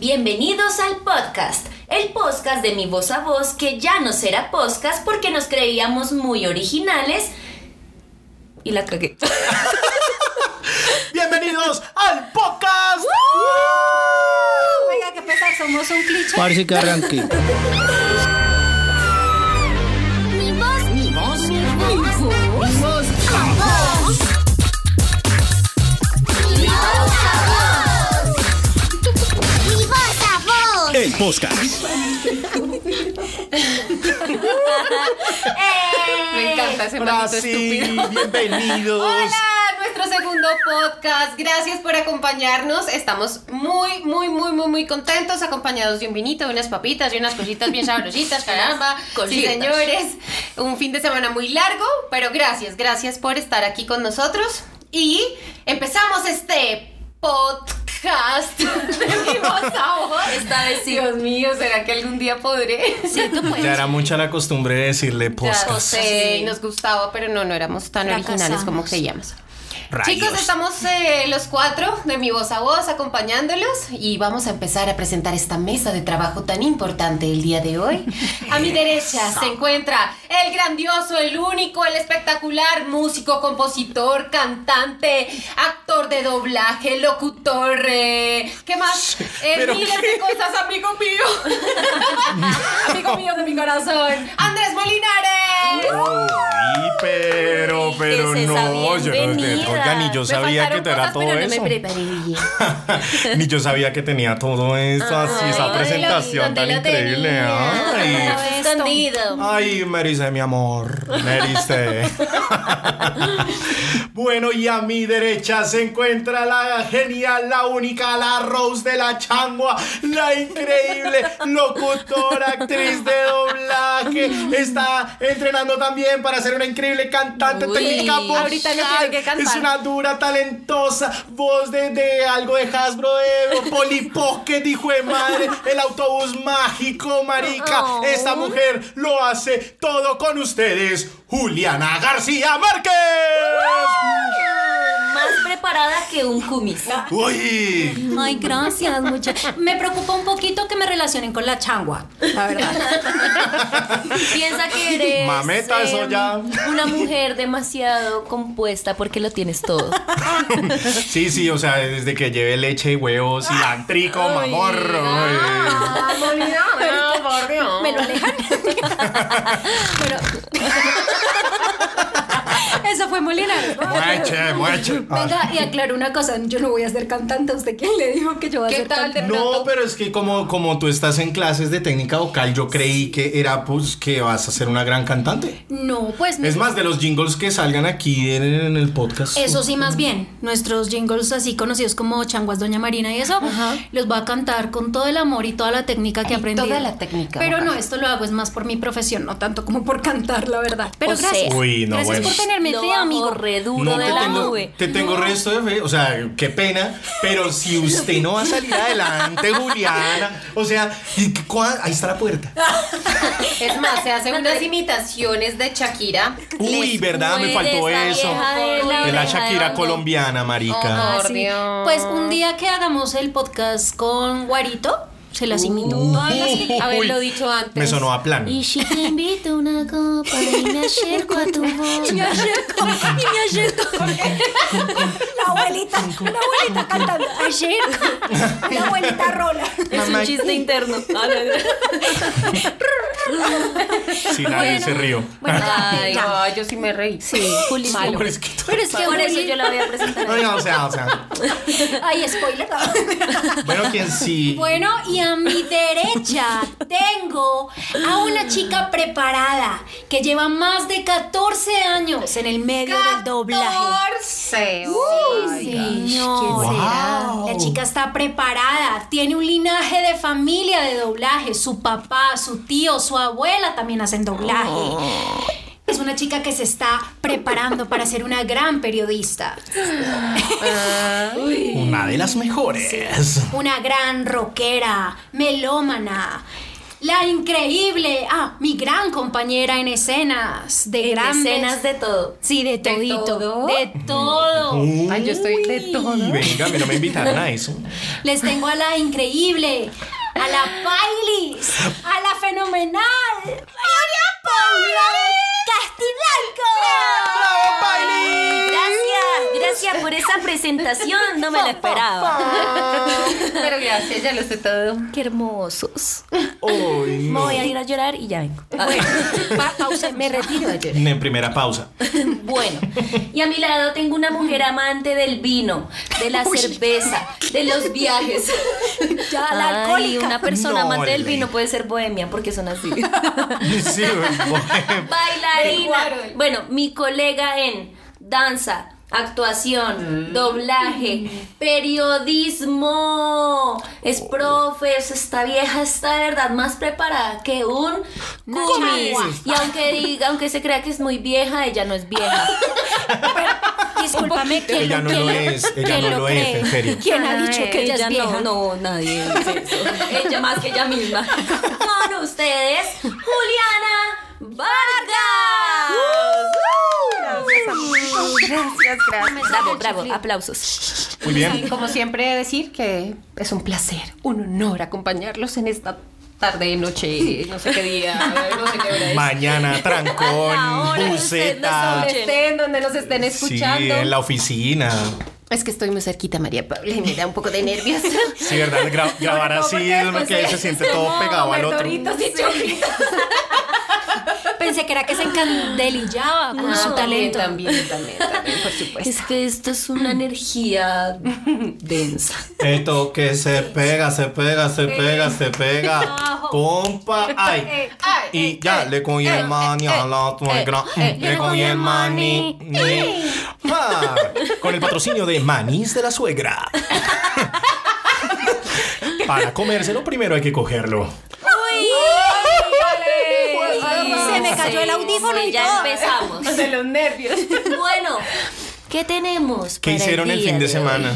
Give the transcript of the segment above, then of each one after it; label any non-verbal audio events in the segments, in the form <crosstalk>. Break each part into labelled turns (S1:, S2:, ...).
S1: Bienvenidos al podcast, el podcast de mi voz a voz que ya no será podcast porque nos creíamos muy originales y la
S2: <laughs>
S1: cagué.
S3: Bienvenidos al podcast.
S4: Venga, que pesar, somos un cliché.
S5: Parece que arranque.
S2: Mi voz, mi voz, mi voz, mi voz, mi voz a voz. Mi voz a voz.
S3: <laughs> El podcast.
S4: Me encanta ese
S3: Ahora
S4: maldito
S3: sí,
S1: <laughs>
S4: estúpido.
S3: bienvenidos.
S4: Hola, nuestro segundo podcast. Gracias por acompañarnos. Estamos muy, muy, muy, muy, muy contentos, acompañados de un vinito, de unas papitas, de unas cositas bien sabrositas, caramba. Sí,
S1: Cositas.
S4: señores. Un fin de semana muy largo, pero gracias, gracias por estar aquí con nosotros. Y empezamos este podcast <laughs> de mi voz a voz.
S1: Esta vez sí.
S4: Dios mío, ¿será que algún día podré?
S1: Sí, tú puedes.
S3: Ya era mucha la costumbre de decirle
S4: Ya lo
S3: podcast.
S4: <laughs> sé, y Eh, nos gustaba, pero no, no éramos tan
S1: Fracasamos.
S4: originales como creíamos.
S3: Rayos.
S4: Chicos, estamos eh, los cuatro de mi voz a voz acompañándolos y vamos a empezar a presentar esta mesa de trabajo tan importante el día de hoy.
S3: <laughs>
S4: A mi derecha se encuentra el grandioso, el único, el espectacular músico, compositor, cantante, actor de doblaje, locutor, eh, ¿qué más? Eh,
S3: ¿pero
S4: miles de cosas, amigo mío.
S3: <laughs>
S4: amigo mío de mi corazón. Andrés Molinares.
S3: Uy, pero, pero
S1: Es esa
S3: no, yo no,
S1: bienvenida.
S3: oiga, ni yo
S1: Me
S3: sabía que
S1: faltaron
S3: te
S1: cosas,
S3: era todo
S1: pero No
S3: eso.
S1: me preparé bien.
S3: <laughs> ni yo sabía que tenía todo eso, así, esa
S1: ¿dónde
S3: presentación
S1: ¿Dónde
S3: tan
S1: lo
S3: increíble.
S1: tenía?
S3: Ay,
S1: Estaba escondido.
S3: Ay, me erice, mi amor. Me erice. bueno, y a mi derecha se encuentra la genial, la única, la Rose de la Changua, la increíble locutora, actriz de doblaje. Está entrenando también para ser una increíble cantante
S1: Uy,
S3: técnica vocal.
S4: ahorita no tiene que cantar.
S3: Es una dura, talentosa voz de, de algo de Hasbro, de Polly Pocket, hijo de madre, el autobús mágico, marica.
S1: Oh.
S3: Esta mujer lo hace todo con ustedes, Juliana García Márquez.
S1: Más preparada que un kumis.
S4: Uh-huh.
S3: Uy,
S6: Ay, gracias, mucha. Me preocupa un poquito que me relacionen con la changua, la verdad.
S1: <laughs> Piensa que eres
S3: Mameta, eso
S2: eh,
S1: em,
S3: ya.
S1: una mujer demasiado compuesta porque lo tienes todo.
S3: sí, sí, o sea, desde que lleve leche y huevos,
S4: Ah.
S3: cilantrico, mamorro. uy.
S4: No, por Dios.
S6: Me lo alejan. Pero. Eso fue Molinares. ¿no?
S3: Mueche, mueche.
S6: Venga,
S3: Ah.
S6: y aclaro una cosa: yo no voy a ser cantante. ¿A ¿Usted quién le dijo que yo voy a
S4: ¿Qué
S6: ser
S4: tal
S6: cantante?
S4: de
S3: No,
S4: pronto?
S3: pero es que como, como tú estás en clases de técnica vocal, yo creí que era pues que vas a ser una gran cantante.
S6: No, pues
S3: Es más, de los jingles que salgan aquí en, en el podcast.
S6: Eso sí, más bien, nuestros jingles así conocidos como Changuas Doña Marina y eso, los voy a cantar con todo el amor y toda la técnica que aprendí.
S4: toda la técnica,
S6: Pero
S4: vocal.
S6: no, esto lo hago es más por mi profesión, no tanto como por cantar, la verdad. Pero
S1: O sea,
S6: gracias.
S3: Uy, no,
S6: gracias
S3: bueno.
S6: por tenerme
S1: Lo
S6: de
S1: bajo
S6: amigo.
S1: re duro
S3: No,
S1: de
S3: te
S1: la
S3: tengo,
S1: nube.
S3: te tengo resto de fe, o sea, qué pena, pero si usted no va a salir adelante, Juliana, o sea, ¿y cua- ahí está la puerta.
S4: Es más, se hacen unas imitaciones de Shakira.
S2: Pues
S3: Uy, verdad, me
S1: duele
S3: faltó
S1: esa
S3: eso.
S1: vieja de la
S3: De la
S1: oreja de
S3: Shakira
S1: hongo.
S3: colombiana, marica.
S4: Por
S6: Sí.
S4: Dios.
S6: Pues un día que hagamos el podcast con Guarito, se las invito.
S4: Haberlo dicho antes.
S3: Me sonó a plan.
S6: Y si te invito a una copa y me acerco a tu voz. me acerco, y me acerco.
S2: La abuelita, la abuelita cantando. Ayer, la abuelita rola.
S1: Es un chiste interno. Ah, no, no.
S3: Si nadie se rió.
S6: Bueno,
S4: Ay, no, yo sí me reí.
S6: sí, Juli.
S4: <laughs> Malo.
S3: Pero es que <laughs> tú-
S6: Pero es que
S1: Por eso
S6: Juli-
S1: yo la voy a
S2: <laughs>
S1: presentar.
S3: Oiga, o sea, o sea.
S6: Ay,
S1: <laughs>
S6: spoiler.
S3: Bueno, quien sí.
S6: Bueno, y a mi derecha tengo a una chica preparada que lleva más de 14 años en el medio del doblaje.
S4: 14.
S6: Sí, señor.
S3: ¿quién será? Wow.
S6: La chica está preparada, tiene un linaje de familia de doblaje. Su papá, su tío, su abuela también hacen doblaje. Oh. Es una chica que se está preparando para ser una gran periodista,
S3: Una de las mejores.
S6: una gran rockera, melómana. la increíble, ah, mi gran compañera en escenas, de grandes...
S2: Decenas de todo.
S6: Sí, de todito.
S2: todo?
S6: De todo.
S4: Ay, yo estoy de todo.
S3: Y venga, a mí no me invitaron a eso.
S6: Les tengo a la increíble, a la Pailis, a la fenomenal, María Paula Castiblanco.
S3: ¡Bravo, Pailis!
S2: Gracias, gracias por esa presentación. No me la esperaba.
S4: Pero gracias, ya lo sé todo.
S2: Qué hermosos.
S3: Uy,
S2: Me
S3: no.
S2: voy a ir a llorar y ya vengo.
S4: Me retiro ayer.
S3: En primera pausa.
S2: <laughs>
S3: <laughs>
S2: Bueno, y a mi lado tengo una mujer amante del vino, de la cerveza, de
S1: <laughs>
S2: los viajes.
S7: Ya, la
S2: Ay,
S7: alcohólica.
S2: una persona
S3: No,
S2: amante del
S3: le-
S2: vino puede ser bohemia porque son
S3: <laughs>
S2: así. <laughs>
S3: Sí, bueno.
S2: Bailarina. Bueno, mi colega en danza, actuación, doblaje, periodismo. Es profe, o sea, esta vieja está de verdad más preparada que un cumis. Y aunque diga, aunque se crea que es muy vieja, ella no es
S6: <laughs>
S2: vieja.
S6: Discúlpame, ¿quién
S3: Ella no
S6: quién-
S3: lo es, ella
S6: quién
S3: no lo es,
S6: cree?
S3: en serio.
S6: ¿Quién ha dicho que ella es vieja?
S2: No, no, nadie. dice eso. ella más que ella misma. Con ustedes, Juliana
S6: Uh,
S2: Vargas.
S4: Gracias, gracias.
S2: Bravo, bravo, aplausos.
S3: Muy bien.
S4: Y como siempre decir que es un placer, un honor acompañarlos en esta tarde, noche, no sé qué día, no sé qué hora es.
S3: <laughs> Mañana,
S2: A la hora
S3: trancón,
S2: que
S3: buceta.
S2: ustedes
S4: Donde estén, donde nos estén
S3: Sí,
S4: escuchando.
S3: en la oficina.
S4: Es que estoy muy cerquita, María Paula, y me da un poco de nervios.
S3: Sí, ¿verdad? Gra- grabar
S4: <laughs> No,
S3: así
S4: porque
S3: es lo que
S4: después
S3: se
S4: <laughs>
S3: siente
S4: se
S3: todo
S4: moja,
S3: pegado al
S4: comer
S3: otro.
S4: Doritos y choquitos.
S6: Pensé que era que se encandelillaba con
S4: Ah,
S6: su
S4: también,
S6: talento.
S4: También, también, también,
S2: <laughs>
S4: por supuesto.
S2: Es que esto es una energía
S4: <laughs>
S2: densa.
S3: Esto que se pega, se pega, se pega, se pega.
S6: Abajo.
S3: Compa, ay.
S4: ay,
S3: Y ya le cogí el mani a la tuegra. Le cogí el mani. ni. Ah, Con el patrocinio de Manís de la Suegra. Para comérselo primero hay que cogerlo.
S7: Se me cayó el audífono y
S2: ya
S7: todo.
S2: empezamos.
S4: De los nervios.
S2: <laughs> Bueno, ¿qué tenemos?
S3: ¿Qué
S2: para
S3: hicieron el
S2: día
S3: fin de
S2: hoy?
S3: semana?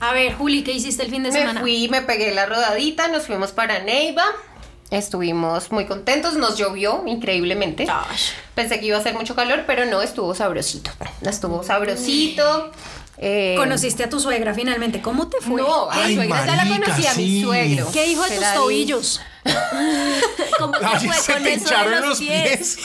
S6: A ver, Juli, ¿qué hiciste el fin de
S4: Me
S6: semana?
S4: fui, me pegué la rodadita, nos fuimos para Neiva. Estuvimos muy contentos, nos llovió increíblemente. Pensé que iba a hacer mucho calor, pero no, estuvo sabrosito. Estuvo sabrosito. Eh,
S6: Conociste a tu suegra finalmente. ¿Cómo te fue?
S4: No, a mi
S3: Ay,
S4: suegra ya la
S3: marica,
S4: conocí, a mi
S3: sí.
S4: suegro.
S6: ¿Qué dijo de
S4: Era
S6: tus
S4: ahí.
S6: tobillos?
S2: ¿Cómo te
S3: Ay,
S2: fue
S3: se
S2: con eso de
S3: pincharon
S2: los, pies?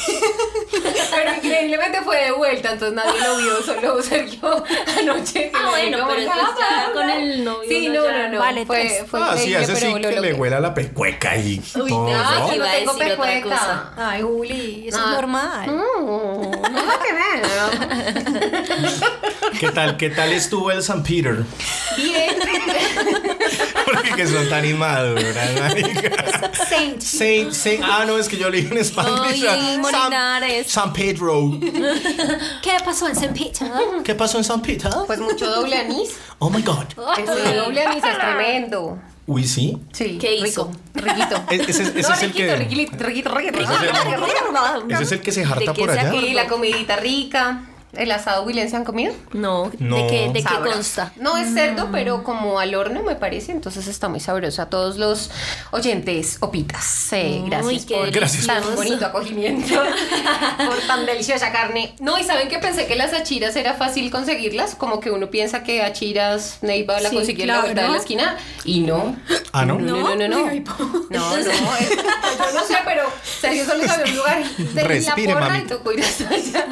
S4: Pero increíblemente fue de vuelta, entonces nadie lo vio, solo Sergio anoche.
S2: Ah, bueno, pero
S4: es
S2: entonces ya con el novio
S4: Sí,
S2: uno
S4: no,
S2: ya
S4: no, no.
S2: vale
S4: fue,
S2: tres.
S4: fue
S3: Ah, sí,
S4: increíble,
S3: hace sí
S4: pero lo
S3: que le
S4: logré.
S3: huela la pecueca y todo,
S2: no,
S3: ¿no?
S2: Iba
S4: no
S2: a
S4: tengo
S2: decir otra
S4: pecueca.
S2: cosa.
S7: Ay, Juli, eso
S4: Ah.
S7: es normal.
S6: Mm.
S4: No, no que ver. <laughs>
S3: ¿Qué tal? ¿Qué tal estuvo el San Peter? <laughs>
S4: Bien.
S3: Porque que son tan inmaduras, marica.
S6: Saint.
S3: Saint, Saint, ah, no, es que yo lo dije en español.
S2: Ay, Molinares.
S3: San Pedro.
S6: ¿Qué pasó en St.
S4: <laughs>
S6: Peter?
S3: ¿Qué pasó en San Peter?
S4: Pues mucho doble anís.
S3: Oh my God.
S2: <laughs>
S4: Ese doble anís es tremendo.
S3: Uy, sí.
S4: Sí,
S2: ¿Qué hizo?
S4: rico, riquito.
S3: E- ese es- ese <laughs>
S4: No,
S3: es el
S4: riquito,
S3: que-
S4: riquito, riquito, riquito,
S2: Ah,
S3: Ese es el-
S4: riquito,
S3: ¿Ese es el que se jarta
S2: ¿De qué
S3: por
S2: se
S3: allá?
S2: acordó?
S4: Y la comidita rica. ¿El asado William se han comido?
S2: No, ¿de
S3: No.
S2: qué, de qué
S4: Sabroso.
S2: consta?
S4: No es cerdo, pero como al horno me parece, entonces está muy sabroso. A todos los oyentes, opitas, eh,
S2: Uy,
S4: gracias
S2: qué
S4: por
S3: Gracias.
S4: tan
S2: delicioso. <laughs>
S4: bonito <laughs> acogimiento, por tan deliciosa carne. No, y saben que pensé que las achiras era fácil conseguirlas, como que uno piensa que achiras Neiva la
S6: Sí,
S4: consiguió en
S6: claro.
S4: la verdad de la esquina, y no.
S3: Ah, ¿no?
S4: No, no, no, no.
S6: Ay,
S4: No, no, es- <laughs> yo no sé, pero Sergio solo sabe un lugar. Tenía
S3: Respire,
S4: porra
S3: mamita.
S4: y tocó ir hasta allá.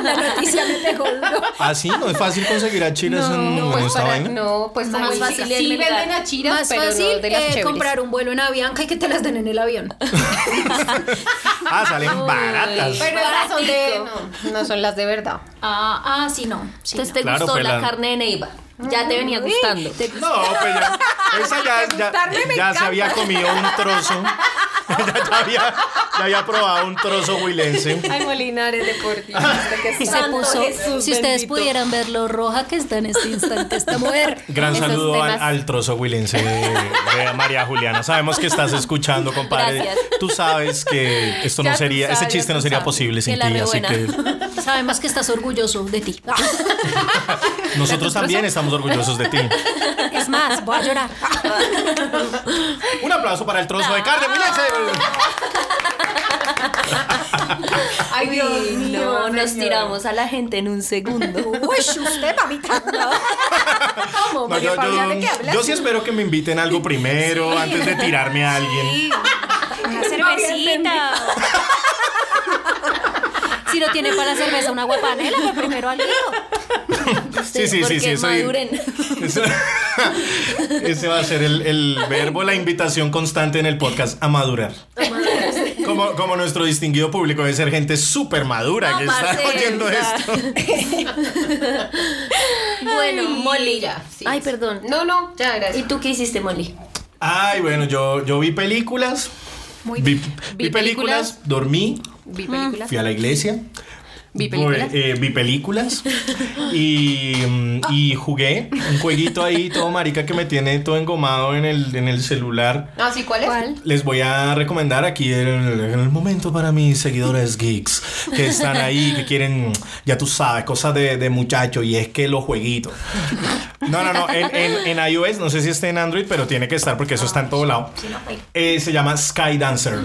S3: Ah, sí, no es fácil conseguir a chiles
S4: <laughs>
S3: en, en
S4: pues
S3: esta
S4: para-
S3: vaina.
S4: no, pues
S2: Más
S4: como
S2: fácil
S4: sí
S2: en verdad.
S4: venden a chiras,
S6: Más
S4: pero
S6: fácil
S4: no de las
S6: eh,
S4: chéveres.
S6: comprar un vuelo en Avianca y que te las den en el avión.
S3: Ah, salen baratas.
S4: Pero esas son de,
S2: baratico.
S4: no, no son las de verdad.
S6: Ah, ah, sí, no. Sí,
S2: Entonces
S6: no.
S2: te
S3: Claro,
S2: gustó
S3: pues,
S2: la
S3: la-
S2: carne de Neiva. Ya te venía gustando.
S3: No, pues ya. Esa ya, ya,
S4: Gustarme me
S3: ya se
S4: encanta.
S3: había comido un trozo.
S2: <laughs>
S3: ya, ya había, ya había probado un trozo huilense.
S4: Ay, Molinares deportivo. <laughs>
S6: Y se puso, si ustedes pudieran ver lo roja que está en este instante esta mujer.
S3: <laughs> Gran
S2: Esos
S3: saludo al,
S2: temas.
S3: al trozo huilense de, de María Juliana. Sabemos que estás escuchando, compadre.
S2: Gracias.
S3: Tú sabes que esto
S2: Ya
S3: no
S2: tú
S3: sería, este
S2: sabes,
S3: chiste
S2: ya
S3: no
S2: tú
S3: sería
S2: sabes.
S3: posible sin
S2: Que la
S3: ti, así
S2: rebuena. <laughs>
S3: que
S6: Sabemos que estás orgulloso de <laughs> ti.
S2: <laughs>
S3: nosotros también estamos orgullosos de ti.
S6: Es más, voy a llorar.
S2: Ah,
S3: Un aplauso para el trozo de carne huilense.
S4: Ay,
S1: Uy,
S4: Dios mío,
S1: no, nos
S4: señor.
S1: tiramos a la gente en un
S4: <laughs>
S1: segundo.
S2: Uy, usted, mamita. No.
S3: No,
S2: ¿Cómo? María
S3: yo, yo-
S2: Paula, ¿de qué hablas?
S3: yo sí espero que me inviten algo primero antes de tirarme a alguien.
S6: Una cervecita. Si no tiene para la cerveza, una guapanela, pues primero algo.
S3: Sí, sí, sí, sí.
S1: Porque
S3: soy-
S1: maduren.
S3: Eso- Ese va a ser el, el verbo, la invitación constante en el podcast, a madurar.
S2: <laughs>
S3: Como, como nuestro distinguido público debe ser gente súper madura
S1: No,
S3: que está
S1: parce,
S3: oyendo
S1: o sea.
S3: esto.
S1: Bueno, Molly.
S4: ya, sí.
S1: Ay, perdón.
S4: No, no, ya,
S1: ¿Y
S4: gracias.
S1: tú qué hiciste, Molly?
S3: Ay, bueno, yo, yo vi películas. vi, vi
S4: vi
S3: películas, dormí,
S4: Vi películas.
S3: fui a la iglesia.
S4: Vi películas.
S3: Voy, eh, vi
S4: <laughs>
S3: películas y, mm, y jugué un jueguito ahí todo marica que me tiene todo engomado en el, en el celular.
S4: Ah, sí, ¿cuál es?
S3: Les voy a recomendar aquí en el, en el momento para mis seguidores geeks que están ahí, que quieren, ya tú sabes, cosas de, de muchacho y es que los jueguitos. No, no, no, en, en- en iOS, no sé si está en Android, pero tiene que estar porque eso está en todo lado.
S6: pues.
S3: Eh, se llama Skydancer.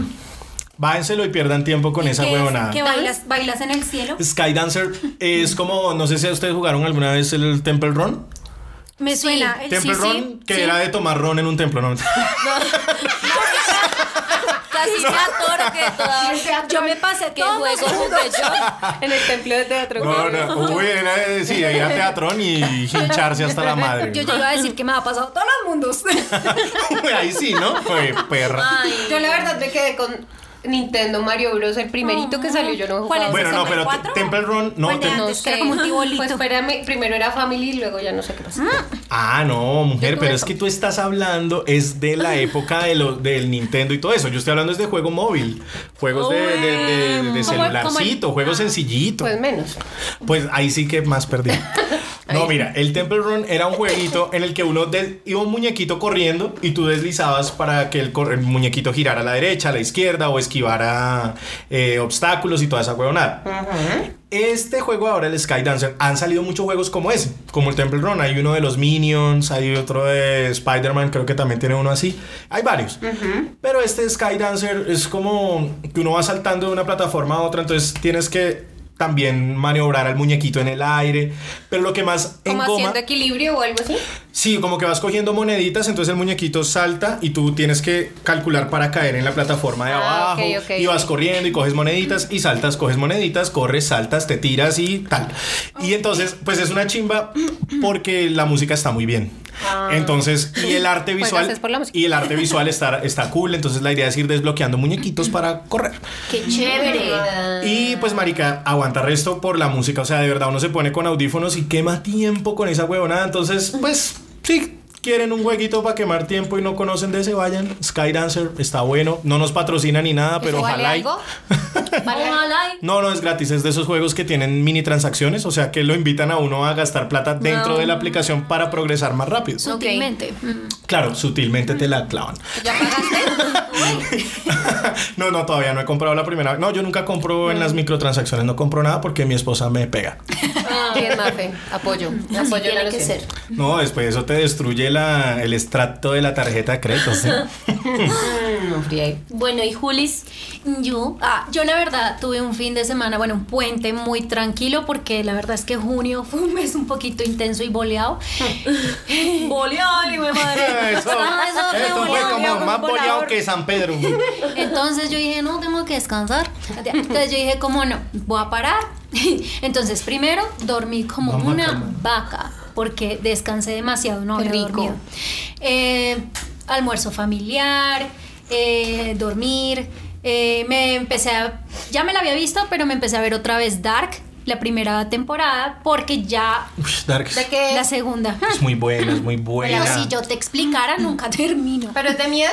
S3: Bájenselo y pierdan tiempo con esa
S6: ¿Qué es?
S3: huevonada.
S6: ¿Que bailas, bailas en el cielo?
S3: Skydancer es como, no sé si ustedes jugaron alguna vez el Temple Run.
S6: Me suena. el
S3: Temple
S6: Eh, sí,
S3: Run,
S6: sí,
S3: que
S6: sí.
S3: era de tomar ron en un templo, ¿no?
S1: Casi me atoro que todavía.
S6: Yo me pasé
S1: ¿Qué
S6: todo.
S1: juego jugué yo?
S4: <laughs> En el templo de teatro.
S3: No, no, uy, era de- eh, sí, ir a teatrón y hincharse hasta la madre.
S6: Yo ya iba a decir que me ha pasado todos los <laughs> mundos.
S3: <laughs> Uy, Ahí sí, ¿no? Fue
S6: Ah,
S3: perra.
S1: Ay.
S4: Yo la verdad me quedé con Nintendo Mario Bros. El primerito que salió, yo no
S6: ¿Cuál
S4: jugaba.
S6: es?
S3: Bueno, no,
S6: ¿64?
S3: pero te- Temple Run, no.
S6: ¿Cuál de
S3: Tem-
S6: antes?
S4: No
S6: que era
S4: sé.
S6: como un tibolito.
S4: Pues espérame, primero era Family y luego ya no sé qué pasó.
S3: Ah, no, mujer,
S4: tuve
S3: pero es
S4: to-
S3: que tú estás hablando, es de la época de lo- del Nintendo y todo eso. Yo estoy hablando es de juego móvil, juegos de, de- de- de celularcito, juegos
S6: ah.
S3: sencillitos.
S4: Pues menos.
S3: Pues ahí sí que más perdí. No, mira, el Temple Run era un jueguito en el que uno des- iba un muñequito corriendo y tú deslizabas para que el, cor- el muñequito girara a la derecha, a la izquierda o esquivara eh, obstáculos y toda esa huevonada. Este juego ahora, el Skydancer, han salido muchos juegos como ese, como el Temple Run. Hay uno de los Minions, hay otro de Spider-Man, creo que también tiene uno así. Hay varios. Pero este Skydancer es como que uno va saltando de una plataforma a otra, entonces tienes que también maniobrar al muñequito en el aire. Pero lo que más
S4: Como
S3: engoma.
S4: haciendo equilibrio o algo así.
S3: Sí, como que vas cogiendo moneditas, entonces el muñequito salta y tú tienes que calcular para caer en la plataforma de
S4: Ah,
S3: abajo.
S4: ok, ok,
S3: y vas
S4: ok.
S3: corriendo y coges moneditas y saltas, coges moneditas, corres, saltas, te tiras y tal. Y entonces, pues es una chimba porque la música está muy bien. Entonces, y el arte
S4: Juegas
S3: visual
S4: es Ah. Pues, por la música.
S3: y el arte visual está está cool, entonces la idea es ir desbloqueando muñequitos para correr.
S1: Qué chévere.
S3: Y pues marica, aguanta resto por la música, o sea, de verdad uno se pone con audífonos y quema tiempo con esa huevonada, entonces pues sí. Quieren un jueguito para quemar tiempo y no conocen de ese, vayan. Skydancer está bueno. No nos patrocina ni nada, pero
S4: ¿Eso vale
S3: ojalá. y-
S4: algo? ¿Vale algo?
S1: Ojalá y-
S3: No, no es gratis. Es de esos juegos que tienen mini transacciones. O sea que lo invitan a uno a gastar plata dentro de la aplicación para progresar más rápido.
S6: Sutilmente.
S3: Claro, sutilmente te la clavan.
S4: ¿Ya pagaste?
S3: <laughs> no, no, todavía no he comprado la primera. No, yo nunca compro
S6: Mm.
S3: en las microtransacciones. No compro nada porque mi esposa me pega.
S4: Uy, Bien, Mafe. Apoyo.
S1: Así
S4: Apoyo la
S1: tiene que
S4: noción.
S1: ser.
S3: No, después eso te destruye la- el extracto de la tarjeta de crédito. ¿sí?
S4: Mm, no, fría.
S1: Bueno, y Julis,
S6: Yo, ah, yo la verdad tuve un fin de semana, bueno, un puente muy tranquilo porque la verdad es que junio fue un mes un poquito intenso y boleado.
S1: Boleoli, mi madre.
S3: <laughs> Eso,
S6: <laughs> Ah, eso fue
S3: esto fue
S6: boleado,
S3: como
S6: un
S3: más boleado
S6: volador.
S3: que San
S6: <laughs>
S3: Pedro.
S6: Entonces yo dije, no, tengo que descansar. Entonces yo dije, como no, voy a parar. <laughs> Entonces primero dormí como
S3: Mamá
S6: una
S3: calma.
S6: vaca porque descansé demasiado, no
S4: Qué
S6: había
S4: rico.
S6: dormido. Eh, almuerzo familiar, eh, dormir. eh, me empecé a, ya me la había visto, pero me empecé a ver otra vez Dark, la primera temporada, porque ya
S3: Uy, Dark
S4: ¿De qué?
S6: la segunda.
S3: es muy buena, es muy
S6: Pero
S3: buena.
S6: si yo te explicara, nunca termino.
S4: ¿Pero es de miedo?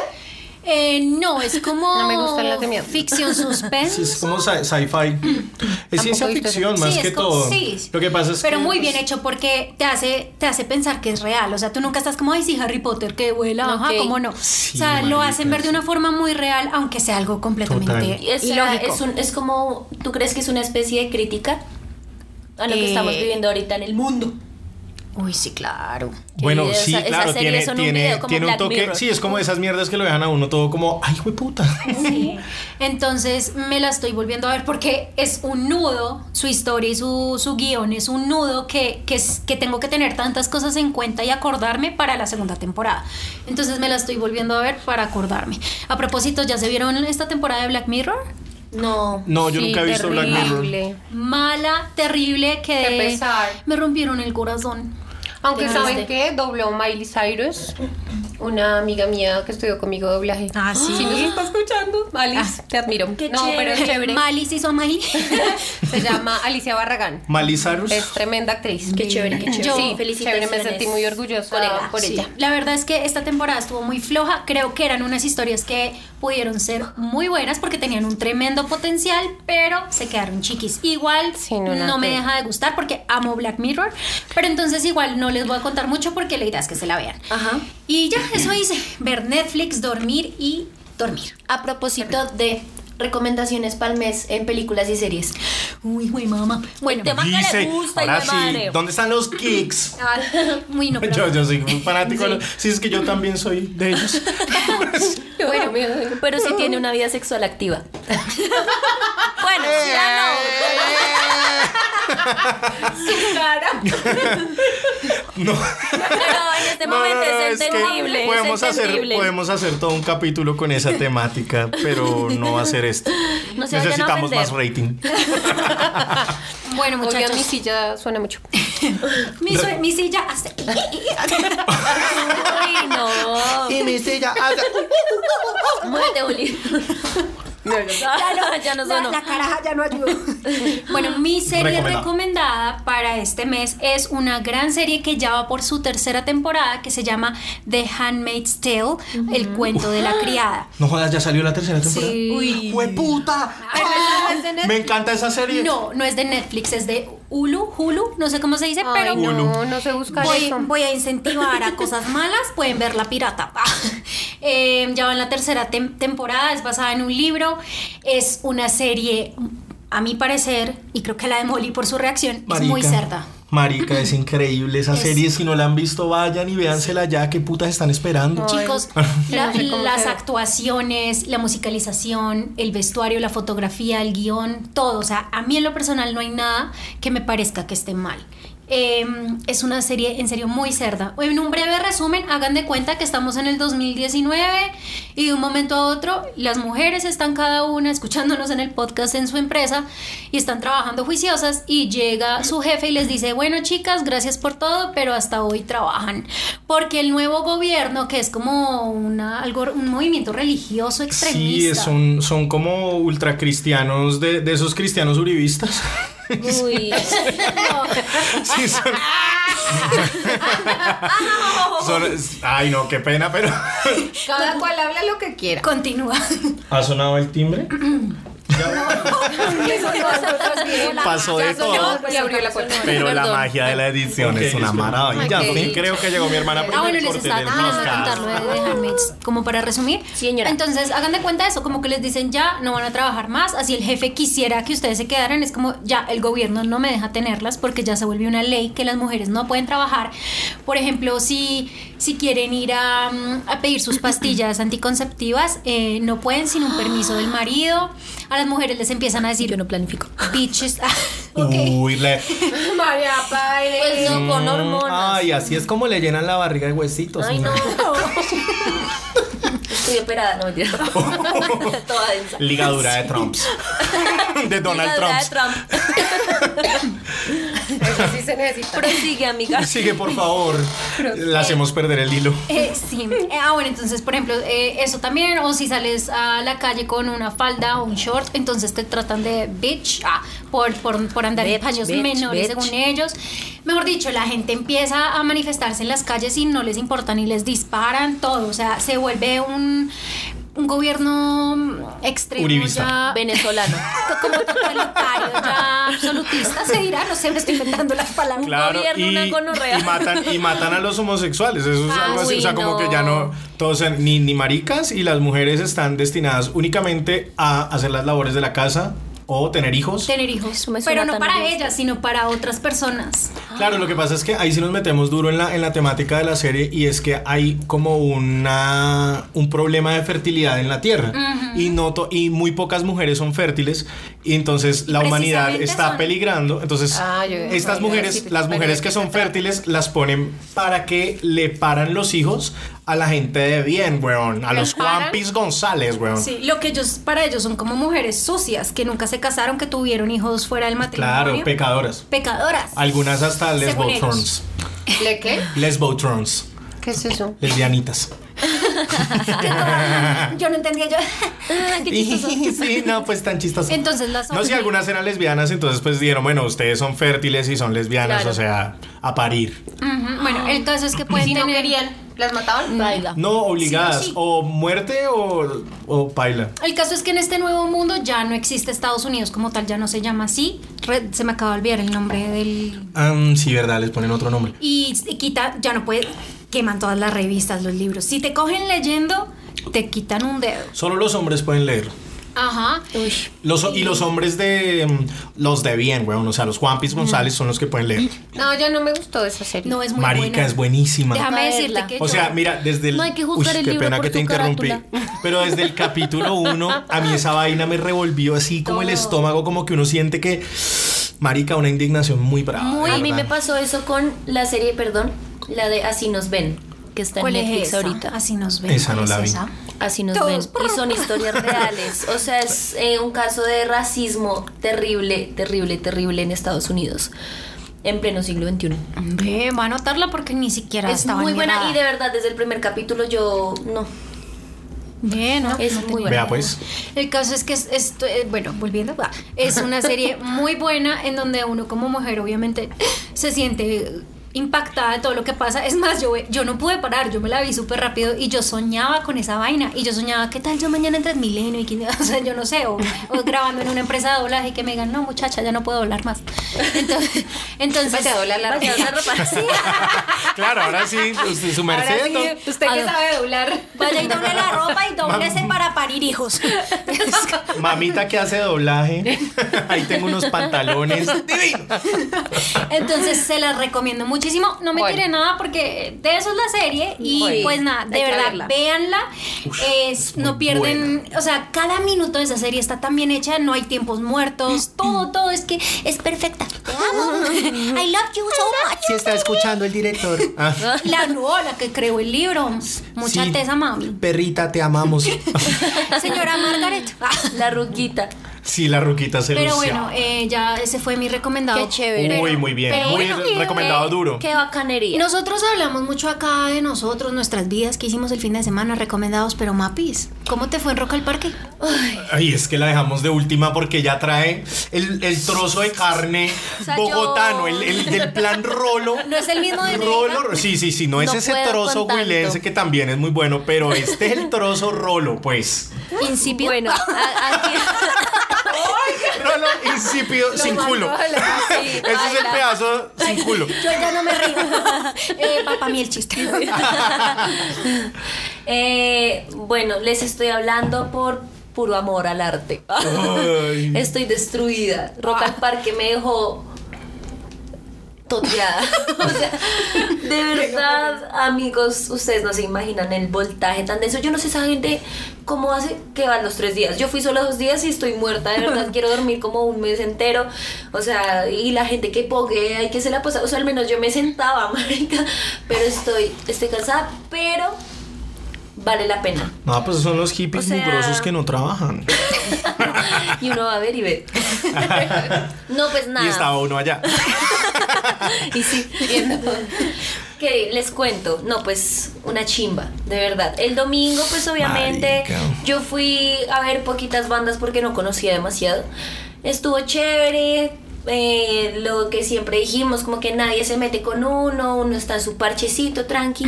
S6: Eh, no, es como.
S4: <laughs> No me gustan las de miedo.
S6: Ficción suspense.
S3: Sí, es como sci- sci-fi. Es ciencia
S4: viste eso.
S3: ficción más
S6: Sí, es
S3: que
S6: como-
S3: todo.
S6: sí.
S3: Lo que pasa es
S6: Pero
S3: que-
S6: muy bien hecho porque te hace, te hace pensar que es real. O sea, tú nunca estás como, ay, sí, Harry Potter, que vuela, ajá,
S1: Ok.
S6: cómo no.
S3: Sí,
S6: o sea, lo
S3: marica,
S6: hacen ver
S3: sí.
S6: de una forma muy real, aunque sea algo completamente
S3: Total.
S1: Y, o sea,
S6: ilógico.
S1: es, un- es como, ¿tú crees que es una especie de crítica a lo que
S6: Eh,
S1: estamos viviendo ahorita en el mundo?
S6: Uy, sí, claro.
S3: Bueno,
S1: video,
S3: sí,
S1: esa- esas
S3: claro,
S1: series
S3: tiene,
S1: son un
S3: tiene,
S1: video como
S3: tiene un
S1: Black
S3: toque.
S1: Mirror.
S3: Sí, es como esas mierdas que lo dejan a uno todo como, ay, güey, puta.
S6: Sí. Entonces me la estoy volviendo a ver porque es un nudo, su historia y su, su guión es un nudo que, que, es- que tengo que tener tantas cosas en cuenta y acordarme para la segunda temporada. Entonces me la estoy volviendo a ver para acordarme. A propósito, ¿ya se vieron esta temporada de Black Mirror?
S1: No.
S3: <laughs> No, yo nunca he visto Black Mirror.
S4: Horrible.
S6: Mala, terrible, que
S4: Qué pesar.
S6: me rompieron el corazón.
S4: Aunque
S1: Qué
S4: saben
S6: este.
S1: triste.
S4: que dobló Miley Cyrus, una amiga mía que estudió conmigo doblaje.
S6: Ah, sí. Ah,
S4: Si nos está escuchando, Alice, te admiro.
S1: qué
S4: no, pero es chévere.
S6: Mali se hizo a Miley.
S4: Se llama Alicia Barragán.
S3: Malizarus.
S4: Es tremenda actriz.
S1: Qué chévere, qué chévere.
S4: Yo,
S1: Felicitaciones,
S4: chévere, me sentí muy orgullosa
S1: colega.
S4: por
S6: Sí,
S4: ella.
S6: <laughs> La verdad es que esta temporada estuvo muy floja. Creo que eran unas historias que pudieron ser muy buenas porque tenían un tremendo potencial, pero se quedaron chiquis. Igual
S4: Sí,
S6: no,
S4: no, nada
S6: me
S4: que-
S6: deja de gustar porque amo Black Mirror, pero entonces igual no les voy a contar mucho porque la idea es que se la vean.
S4: Ah.
S1: Ajá.
S6: Y ya, eso hice. Ver Netflix, dormir y dormir.
S1: A propósito de recomendaciones para el mes en películas y series.
S6: Uy, güey, mamá. Bueno,
S1: tema que le
S3: Dice,
S1: gusta,
S3: ahora
S1: hijo de
S3: sí,
S1: madre.
S3: ¿dónde están
S1: <laughs>
S3: los kicks?
S6: ah, uy, no, pero-
S3: <laughs> Yo, yo soy un fanático. de los- Sí. es que yo también soy de ellos.
S1: Bueno, pero sí tiene una vida sexual activa. <laughs> bueno, <laughs>
S2: Eh.
S1: ya
S3: <laughs> No,
S1: no. Pero en este
S3: no, no,
S1: momento
S3: no,
S1: es
S3: que
S1: entendible. es
S3: podemos, hacer,
S1: entendible.
S3: podemos hacer todo un capítulo con esa temática, pero no hacer esto.
S1: No se vayan a
S3: Necesitamos
S1: ofender.
S3: más rating.
S6: bueno,
S4: Oigan,
S6: muchachos.
S4: mi silla suena mucho.
S6: Mi, sue- mi silla hace.
S1: Uy,
S2: <laughs>
S1: no.
S3: Y mi silla. <laughs>
S1: Muévete, Juli. ya
S2: <laughs>
S1: no, ya no
S2: La,
S1: sonó.
S2: la caraja ya no ayudó.
S6: Bueno, mi serie
S3: Recomendada.
S6: recomendada para este mes es una gran serie que ya va por su tercera temporada que se llama The Handmaid's Tale, el cuento de la criada.
S3: No jodas, ya salió la tercera temporada.
S1: Uy.
S3: ¡Hueputa! Me encanta esa serie.
S6: No, no es de Netflix, es de Hulu, Hulu, no sé cómo se dice,
S4: Ay,
S6: pero
S4: no, no sé buscar
S6: voy,
S4: eso.
S6: voy a incentivar a
S4: <laughs>
S6: cosas malas, pueden ver la pirata. <laughs> Eh, ya va en la tercera tem- temporada, es basada en un libro, es una serie, a mi parecer, y creo que la de Molly por su reacción, es muy cerda.
S3: Marica, es increíble esa
S6: Es-
S3: serie. Si no la han visto, vayan y véansela ya. ¿Qué putas están esperando?
S4: <laughs> Ay.
S6: Chicos,
S4: Sí,
S6: la-
S4: no sé cómo
S6: las
S4: se-
S6: actuaciones, la musicalización, el vestuario, la fotografía, el guión, todo. O sea, a mí en lo personal no hay nada que me parezca que esté mal. Eh, es una serie en serio muy cerda. En un breve resumen, hagan de cuenta que estamos en el 2019 y de un momento a otro las mujeres están cada una escuchándonos en el podcast en su empresa y están trabajando juiciosas y llega su jefe y les dice, bueno chicas, gracias por todo, pero hasta hoy trabajan. Porque el nuevo gobierno, que es como una, algo, un movimiento religioso
S3: Sí,
S6: extremista.
S3: son, son como ultracristianos de, de esos cristianos uribistas. <laughs>
S1: Uy.
S3: Sí, son, son- Ay, no, qué
S1: <laughs>
S3: pena, pero.
S4: Cada cual habla lo que quiera.
S6: Continúa.
S3: ¿Ha sonado el timbre? Pasó de todo.
S4: Y abrió la puerta.
S3: Pero la
S1: Perdón.
S3: magia de la edición es una maravilla.
S4: Ok.
S3: Sí, creo que llegó mi hermana
S6: Ah,
S3: primero
S6: bueno, les
S3: por
S6: estaba
S3: tener
S6: terminando de
S3: moscas.
S6: contar
S1: ¿eh?
S6: lo de The Handmaid's, como para resumir.
S1: Sí, señora.
S6: Entonces, hagan de cuenta eso, como que les dicen ya, no van a trabajar más, así el jefe quisiera que ustedes se quedaran, es como ya el gobierno no me deja tenerlas porque ya se volvió una ley que las mujeres no pueden trabajar. Por ejemplo, si, si quieren ir a, mm, a pedir sus pastillas anticonceptivas, eh, no pueden sin un permiso del marido. A las mujeres les empiezan a decir, yo no planifico. <laughs> Bitches. Ah, ok.
S3: Uy, le-
S4: María Paire.
S1: Pues no,
S2: Mm.
S1: con hormonas.
S3: Mm, Ay, así es como le llenan la barriga de huesitos.
S1: Ay,
S3: ¿no?
S1: no.
S2: <laughs>
S1: Estoy operada, no
S2: <laughs>
S1: mentira. Toda densa.
S3: Ligadura
S1: <laughs>
S3: de Trumps. De Donald
S1: Ligadura de
S3: Trump.
S1: Trump.
S4: Eso sí se necesita.
S1: Prosigue, amiga.
S3: Sigue, por favor. La hacemos perder el hilo.
S6: Eh, sí. Eh, ah, bueno, entonces, por ejemplo, eh, eso también. O si sales a la calle con una falda o un short, entonces te tratan de bitch ah, por, por, por andar en
S1: Bitch,
S6: paños
S1: bitch,
S6: menores,
S1: bitch.
S6: según ellos. Mejor dicho, la gente empieza a manifestarse en las calles y no les importa ni les disparan, todo. O sea, se vuelve un. un gobierno extremo
S3: Uribista.
S6: ya
S1: <laughs> Venezolano.
S6: como totalitario ya absolutista se dirá no sé me estoy inventando las palabras
S1: gobierno, una
S3: y,
S1: gonorrea.
S3: y matan, y matan a los homosexuales. Eso es
S1: Ah,
S3: algo así. O sea,
S1: uy,
S3: como que ya
S1: no.
S3: no. Todos sean- ni, ni maricas y las mujeres están destinadas únicamente a hacer las labores de la casa,
S5: o tener hijos.
S6: Tener hijos.
S2: Eso me suena
S6: Pero no
S2: tan
S6: para
S2: horrible.
S6: ella, sino para otras personas.
S5: Claro, lo que pasa es que ahí sí nos metemos duro en la, en la temática de la serie y es que hay como una, un problema de fertilidad en la Tierra y, no to- y muy pocas mujeres son fértiles y entonces la humanidad
S6: precisamente
S5: está
S6: son-
S5: peligrando. Entonces
S4: Ah, yo-
S5: estas
S4: yo iba a
S5: mujeres,
S4: decir,
S5: las
S4: pero
S5: mujeres
S4: ¿de
S5: que
S4: qué
S5: son
S4: se trata?
S5: fértiles las ponen para que le paran los hijos a la gente de bien, weón, a los
S4: ¿Los paran?
S5: Juan Piz González, weón.
S6: Sí, lo que ellos, para ellos son como mujeres sucias, que nunca se casaron, que tuvieron hijos fuera del matrimonio.
S5: Claro, pecadoras.
S6: pecadoras.
S5: <laughs> Algunas hasta
S6: Según
S5: lesbotrons.
S4: ¿Le qué?
S5: Lesbotrons.
S4: ¿Qué es eso?
S5: Lesbianitas.
S6: Yo no entendía yo. <laughs> "Ah,
S3: <laughs>
S5: <laughs> sí, no, pues tan chistoso.
S6: Entonces las
S5: No, si algunas eran lesbianas, entonces pues dijeron, bueno, ustedes son fértiles y son lesbianas,
S4: Claro.
S5: o sea, a parir.
S6: Ujú, Bueno, el caso es que pueden
S4: Si no
S6: tener
S4: querían, ¿las mataban?
S2: Baila.
S5: No, obligadas.
S6: Sí, sí.
S5: O muerte o, o paila.
S6: El caso es que en este nuevo mundo ya no existe Estados Unidos como tal, ya no se llama así. Re- se me acaba de olvidar el nombre del...
S5: Ah, sí, verdad, les ponen otro nombre.
S6: Y, y quita, ya no puede, queman todas las revistas, los libros. Si te cogen leyendo, te quitan un dedo.
S5: Solo los hombres pueden leer.
S6: Ajá.
S5: Los, y los hombres de. mm, Los de bien, weón. O sea, los Juan Piz González son los que pueden leer.
S4: No, ya no me gustó esa serie.
S6: No es muy
S5: Marica
S6: buena.
S5: es buenísima.
S6: Déjame
S2: Toca
S6: decirte
S2: verla.
S6: que
S5: O
S6: yo-
S5: sea, mira, desde el.
S2: No hay que juzgar
S5: Uy,
S2: el
S5: qué
S2: libro
S5: pena
S2: por
S5: que te
S2: tu
S5: interrumpí.
S2: carátula.
S5: Pero desde
S2: <laughs>
S5: el capítulo 1, a mí esa vaina me revolvió así como el estómago, como que uno siente que. Marica, una indignación muy brava.
S2: Muy,
S5: de
S2: a mí me
S5: verdad.
S2: pasó eso con la serie, perdón, la de Así nos ven, que está en
S6: ¿Cuál es
S2: Netflix
S6: esa?
S2: ahorita.
S6: Así nos ven.
S5: Esa no
S6: ¿cuál
S5: la
S6: es
S5: vi.
S6: esa?
S2: Así nos
S6: Todos.
S2: ven. Y son historias reales. O sea, es eh, un caso de racismo terrible, terrible, terrible en Estados Unidos. En pleno siglo XXI.
S6: Ve, va a anotarla porque ni siquiera
S2: Es
S6: estaba
S2: muy
S6: ni
S2: buena
S6: nada.
S2: y de verdad desde el primer capítulo yo no.
S6: Ve, no,
S2: Es
S6: no
S2: muy
S6: tenía
S2: buena.
S5: Vea,
S6: idea.
S5: pues.
S6: El caso es que es- esto, eh, bueno, volviendo, va, es una
S4: <laughs>
S6: serie muy buena en donde uno como mujer obviamente se siente impactada de todo lo que pasa. Es más, yo, yo no pude parar, yo me la vi súper rápido y yo soñaba con esa vaina. Y yo soñaba, ¿qué tal yo mañana en Transmilenio? Y que, <laughs> o sea, yo no sé, o, o grabando en una empresa de doblaje y que me digan, no muchacha, ya no puedo doblar más. <laughs> Entonces, entonces
S4: Vaya a doblar la
S2: Vaya,
S4: ropa.
S2: una ropa.
S5: Claro, ahora <laughs> sí, usted- su merced.
S4: Ahora
S5: ¿no?
S4: sí, usted que
S2: Ah, no.
S4: sabe doblar.
S6: vaya y doble la ropa y doblese para parir
S4: <laughs>
S6: hijos.
S5: Mamita que
S2: <laughs>
S5: hace doblaje. Ahí tengo unos pantalones. divinos.
S6: Entonces se las recomiendo muchísimo. No me
S4: Bueno.
S6: tiré nada porque de eso es la serie. Y
S2: Bueno.
S6: pues nada, de
S2: Hay que
S6: verdad,
S2: verla.
S6: véanla. Es-
S5: muy
S6: no pierden, o sea, cada minuto de esa serie está tan bien hecha, no hay tiempos muertos, todo, todo es que es perfecta.
S2: <laughs>
S6: Te amo. I love you so much.
S5: Si está escuchando el director. Ah.
S6: La no, la que creó el libro. Mucha
S5: Sí,
S6: tesa, mami.
S5: Perrita,
S2: <laughs>
S5: te amamos.
S6: Señora Margaret. Ah,
S2: La ruquita.
S5: Sí, la ruquita se
S6: Pero
S5: lucía.
S6: bueno, eh, ya ese fue mi recomendado.
S2: Qué chévere. eh,
S5: Uy, muy bien.
S6: pero
S5: muy
S6: bueno, eh,
S5: recomendado duro.
S2: Qué bacanería.
S6: Nosotros hablamos mucho acá de nosotros, nuestras vidas que hicimos el fin de semana, recomendados, pero Mapis, ¿cómo te fue en Roca al Parque?
S5: Ay, es que la dejamos de última porque ya trae el, el trozo de carne
S2: sea,
S5: bogotano,
S2: yo-
S5: el, el del plan rolo.
S6: No es el mismo de
S5: Rolo, ro- sí, sí, sí, no, es
S2: No
S5: ese
S2: puedo
S5: trozo
S2: con tanto.
S5: huilense que también es muy bueno, pero este es el trozo rolo, pues.
S6: Incipio.
S2: Bueno, a-
S6: <laughs>
S2: aquí.
S5: Rolo insípido, sin culo.
S2: Sí,
S5: Ese es el
S2: baila.
S5: pedazo sin culo.
S6: Yo ya no me río. <laughs> eh, papá, mí
S2: <laughs>
S6: el chiste.
S2: Eh, bueno, les estoy hablando por puro amor al arte.
S5: Ay.
S2: <laughs> Estoy destruida. Rock al Parque me dejó toteada. <laughs> O sea, de verdad, amigos, ustedes no se imaginan el voltaje tan denso. Yo no sé esa gente cómo hace que van los tres días. Yo fui solo dos días y estoy muerta. De verdad, quiero dormir como un mes entero. O sea, y la gente que poguea y que se la pasa. O sea, al menos yo me sentaba, <laughs> marica. Pero estoy, estoy cansada, pero vale la pena.
S5: No, pues son los hippies
S2: O sea-
S5: mugrosos que no trabajan.
S2: Y uno va a ver y ve. No, pues nada.
S5: Y estaba uno allá.
S2: <laughs> Y sí, viendo. Que les cuento, no, pues una chimba, de verdad. El domingo, pues obviamente,
S5: Marica.
S2: yo fui a ver poquitas bandas porque no conocía demasiado. Estuvo chévere. eh, lo que siempre dijimos, como que nadie se mete con uno, uno está en su parchecito <clears throat> tranqui,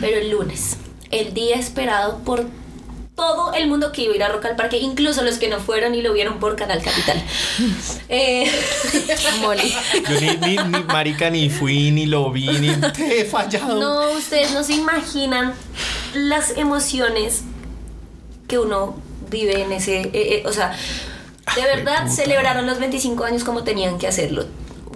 S2: pero el lunes, el día esperado por todo el mundo que iba a ir a Rock al Parque, incluso los que no fueron y lo vieron por Canal <laughs> Capital. Eh, Molly.
S5: Yo ni, ni, ni marica ni fui, ni lo vi,
S3: <laughs>
S5: ni te he fallado.
S2: No, ustedes no se imaginan las emociones que uno vive en ese, eh, eh, o sea, De verdad, celebraron los 25 años como tenían que hacerlo.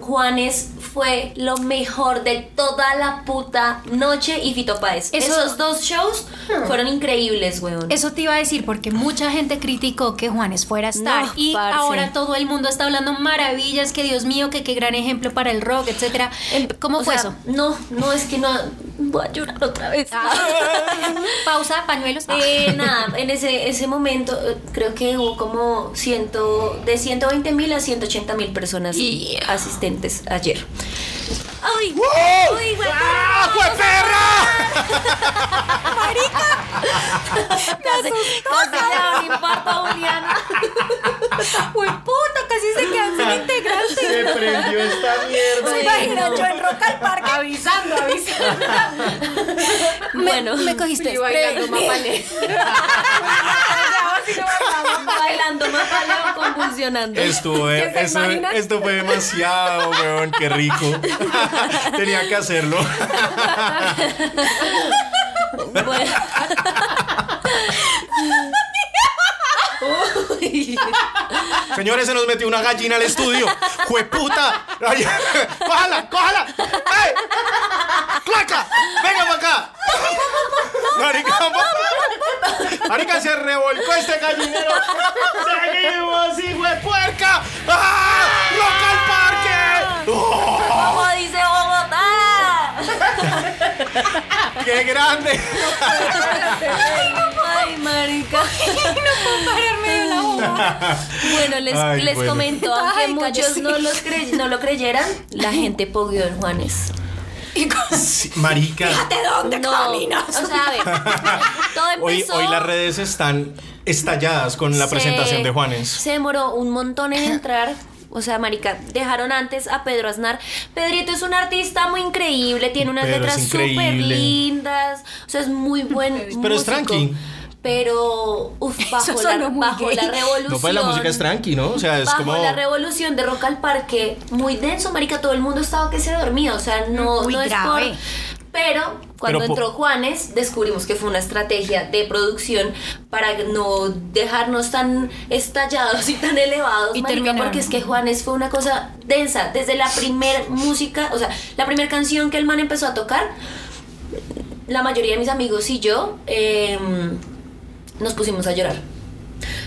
S2: Juanes fue lo mejor de toda la puta noche y Fito Páez.
S6: Eso- Hmm.
S2: Esos dos shows fueron increíbles, weón.
S6: Eso te iba a decir porque mucha gente criticó que Juanes fuera a estar
S2: No,
S6: y
S2: parce.
S6: ahora todo el mundo está hablando maravillas, que Dios mío, que qué gran ejemplo para el rock, etcétera. em, ¿Cómo
S2: Em, O
S6: fue
S2: sea,
S6: eso?
S2: No, no, es que no. Voy a llorar otra vez.
S6: <laughs> Ah.
S2: <laughs>
S6: Pausa, pañuelos.
S2: Eh, nada, en ese, ese momento eh, creo que hubo como ciento, de 120 mil a 180 mil personas asistentes ayer. ¡Ay! ¡Uy, güey!
S5: ¡Ah, perra!
S2: Casi- casi le da un infarto a Juliana.
S6: Uy, puta, casi se quedan sin integrantes.
S5: Se prendió esta
S6: <laughs>
S5: mierda.
S2: imagina yo
S6: Ah, en Rock al Parque.
S4: Avisando, avisando.
S2: Bueno,
S6: Me cogiste. <laughs>
S4: Y bailando
S6: desprevenido.
S4: <laughs> mapale.
S2: bailando, mapaleo,
S5: <laughs>
S2: convulsionando.
S5: Estuvo,
S4: ¿Te
S5: eh, eso-
S4: imaginas?
S5: esto fue demasiado, weón, qué rico. <laughs> Tenía que
S4: <laughs>
S5: hacerlo.
S2: Bueno. Uy.
S5: Señores, se nos metió una gallina al estudio. ¡Jueputa! Ay, <laughs> ¡Cójala, cójala! ¡Ey! ¡Claca! ¡Venga para
S4: <laughs>
S5: acá! ¡Marica, pa- marica, se revolcó este gallinero! ¡Seguimos, hijo de puerca! ¡Ah! ¡Rock al parque! ¡Oh,
S2: ¿Cómo dice Bogotá? ¡Ah!
S5: ¡Qué grande!
S2: Ay, marica. Bueno, les,
S5: Ay,
S2: les
S5: bueno.
S2: comento, aunque
S6: Ay,
S2: muchos
S6: cállese.
S2: no, los crey- no lo creyeran, la gente pogueó en Juanes.
S5: Sí, marica.
S2: ¿Dónde no, O
S6: <laughs>
S2: sea, a ver,
S5: <laughs>
S2: todo
S5: Hoy,
S2: empezó...
S5: hoy las redes están estalladas con la
S2: se-
S5: presentación de Juanes.
S2: Se demoró un montón en entrar. O sea, marica, dejaron antes a Pedro Aznar. Pedrito es un artista muy increíble, tiene unas
S5: Pedro es
S2: letras súper
S5: increíble.
S2: lindas. O sea, es muy buen
S5: Pero es
S2: músico.
S5: tranqui.
S2: Pero, uf, bajo, la,
S6: sonó muy
S2: bajo
S6: gay.
S2: la
S6: No,
S2: revolución.
S5: No, pues la música es tranqui, ¿no? O sea, es
S2: bajo
S5: como.
S2: la revolución de Rock al Parque, muy denso, marica, todo el mundo estaba que se dormía, o sea, no,
S6: Muy
S2: no es
S6: grave.
S2: por... Pero cuando
S5: Pero po-
S2: entró Juanes, descubrimos que fue una estrategia de producción para no dejarnos tan estallados y tan elevados,
S6: Y
S2: marica,
S6: terminaron.
S2: porque es que Juanes fue una cosa densa, desde la primer música, o sea, la primera canción que el man empezó a tocar, la mayoría de mis amigos y yo em, nos pusimos a llorar.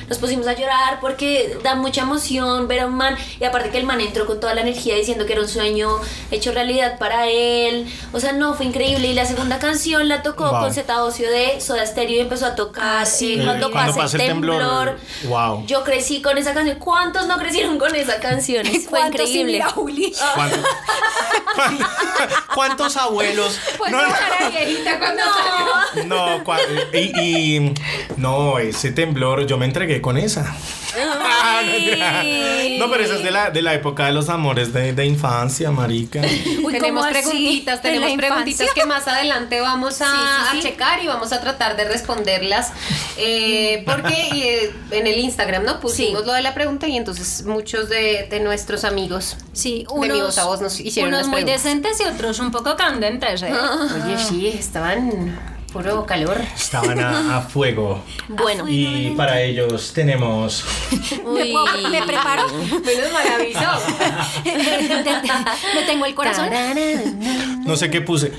S2: Nos pusimos a llorar porque da mucha emoción ver a un man. Y aparte que el man entró con toda la energía diciendo que era un sueño hecho realidad para él. O sea, no, fue increíble. Y la segunda canción la tocó
S5: Wow.
S2: con Zeta Ocio de Soda Stereo y empezó a tocar.
S6: Ah, sí,
S2: eh, cuando,
S5: Eh,
S2: pasa el temblor.
S5: Wow.
S2: Yo crecí con esa canción. ¿Cuántos no crecieron con esa canción? Fue
S6: ¿Cuántos sin
S2: increíble.
S6: ir a Juli?
S5: ¿Cuánto- cuánto- ¿Cuántos abuelos?
S4: Pues
S5: No,
S4: no, cara viejita cuando salió.
S5: no, cua- y, y- no, ese temblor, yo me entregué con esa. Ah, no, mentira. <laughs> No, pero esa es de la, de la época de los amores de, de infancia, marica.
S6: Uy, ¿cómo
S4: tenemos
S6: así?
S4: preguntitas,
S6: ¿De
S4: tenemos
S6: la
S4: preguntitas
S6: infancia?
S4: que más adelante vamos a,
S2: Sí, sí,
S4: a
S2: sí.
S4: checar y vamos a tratar de responderlas. eh, porque eh, en el Instagram, ¿no? Pusimos
S2: Sí.
S4: lo de la pregunta y entonces muchos de, de nuestros amigos.
S6: Sí,
S4: De mi voz a voz nos hicieron
S6: unos
S4: las
S6: muy
S4: preguntas. Ah,
S6: decentes y otros un poco candentes. ¿eh?
S4: Oye, sí, estaban puro calor.
S5: Estaban a, a fuego.
S2: Bueno,
S5: Y para ellos tenemos.
S6: <laughs> ¿Me,
S2: uy.
S6: puedo- me preparo?
S4: Menos maravilloso.
S6: <laughs>
S4: <laughs>
S6: ¿Me tengo el corazón?
S5: No sé qué puse.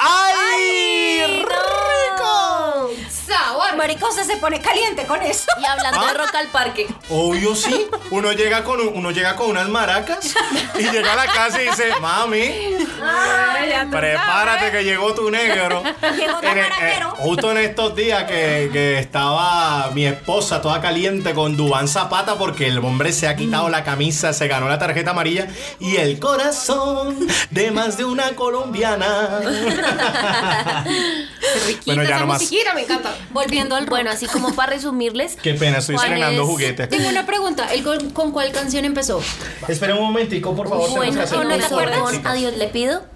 S5: ¡Ay! ¡Rico!
S4: Sabor.
S6: Maricosa se pone caliente con eso.
S2: Y hablando de Rock al Parque.
S5: Obvio sí. Uno llega con un- uno llega con unas maracas y llega a la casa y dice, mami, prepárate que llegó tu negro.
S6: Llegó tu
S5: En el- eh,
S6: maraquero.
S5: justo en estos días que, que estaba mi esposa toda caliente con Dubán Zapata porque el hombre se ha quitado la camisa, se ganó la tarjeta amarilla y el corazón de más de una colombiana. Bueno, ya no más.
S4: me encanta.
S6: Volviendo al rock.
S2: Bueno,
S6: <laughs>
S2: así como para resumirles.
S5: Qué pena, estoy
S2: ¿Cuál
S5: estrenando
S2: es?
S5: juguetes.
S6: Tengo una pregunta. ¿El con, con cuál canción empezó?
S5: Espera un momentico, por favor. tenemos que
S2: Bueno,
S5: hacer
S6: ¿no te
S5: unos
S2: empezó
S6: acuerdas?
S2: con
S5: cortecitos.
S2: Adiós le pido.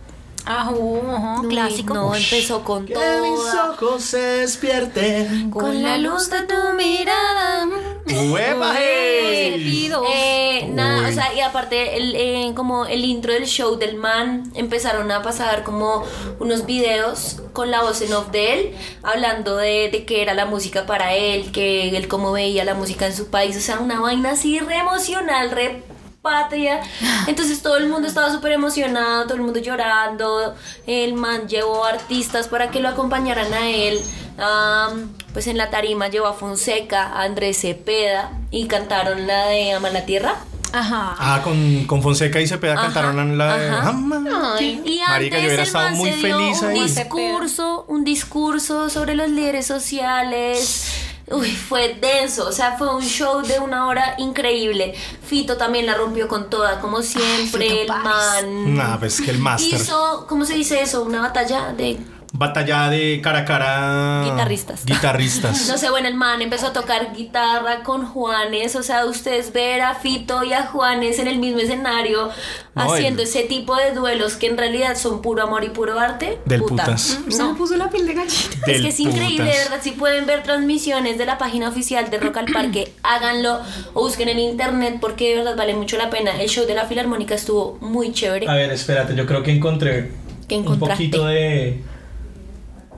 S6: Ah,
S2: No,
S6: clásico.
S2: No, empezó con
S5: Que mis
S2: toda.
S5: ojos se despierten.
S2: Con la luz de tu mirada.
S5: ¡Hueva! ¡Hey!
S6: Pido.
S2: Eh, nada,
S5: Uy.
S2: o sea, y aparte, el, eh, como el intro del show del man, empezaron a pasar como unos videos con la voz en off de él, hablando de, de que era la música para él, que él cómo veía la música en su país, o sea, una vaina así re emocional, re
S6: <laughs>
S2: patria. Entonces todo el mundo estaba súper emocionado, todo el mundo llorando, el man llevó artistas para que lo acompañaran a él. Am, pues en la tarima llevó a Fonseca, a Andrés Cepeda y cantaron la de Ama la Tierra.
S6: Ajá.
S5: Ah, con, con Fonseca y Cepeda
S2: Ajá,
S5: cantaron la de.
S2: ajá.
S5: Ama.
S4: Ay.
S2: Y
S5: Marica, yo
S2: antes
S5: hubiera
S2: el
S5: estado
S2: man
S5: muy
S2: se dio
S5: feliz
S2: un
S5: ahí.
S2: discurso, un discurso sobre los líderes sociales. Uy, fue denso, o sea, fue un show de una hora increíble. Fito también la rompió con toda, como siempre,
S6: Fito
S2: el
S6: Páez.
S2: man.
S5: Nah, pues que el máster.
S2: Hizo, ¿cómo se dice eso? Una batalla de
S5: Batalla de cara a cara.
S2: Guitarristas.
S5: Guitarristas.
S2: <laughs> No sé, bueno, el man empezó a tocar guitarra con Juanes, o sea, ustedes ver a Fito y a Juanes en el mismo escenario
S5: No,
S2: haciendo
S5: el-
S2: ese tipo de duelos que en realidad son puro amor y puro arte.
S5: Del
S2: puta.
S5: putas.
S6: Se me puso la piel de gallina.
S2: <laughs>
S5: Del
S2: es que es increíble, de
S5: putas.
S2: verdad. Si pueden ver transmisiones de la página oficial de Rock al
S5: <clears throat>
S2: Parque, háganlo o busquen en internet porque de verdad vale mucho la pena. El show de la Filarmónica estuvo muy chévere.
S8: A ver, espérate, yo creo que encontré
S2: ¿Qué
S8: un
S2: encontraste?
S8: poquito de,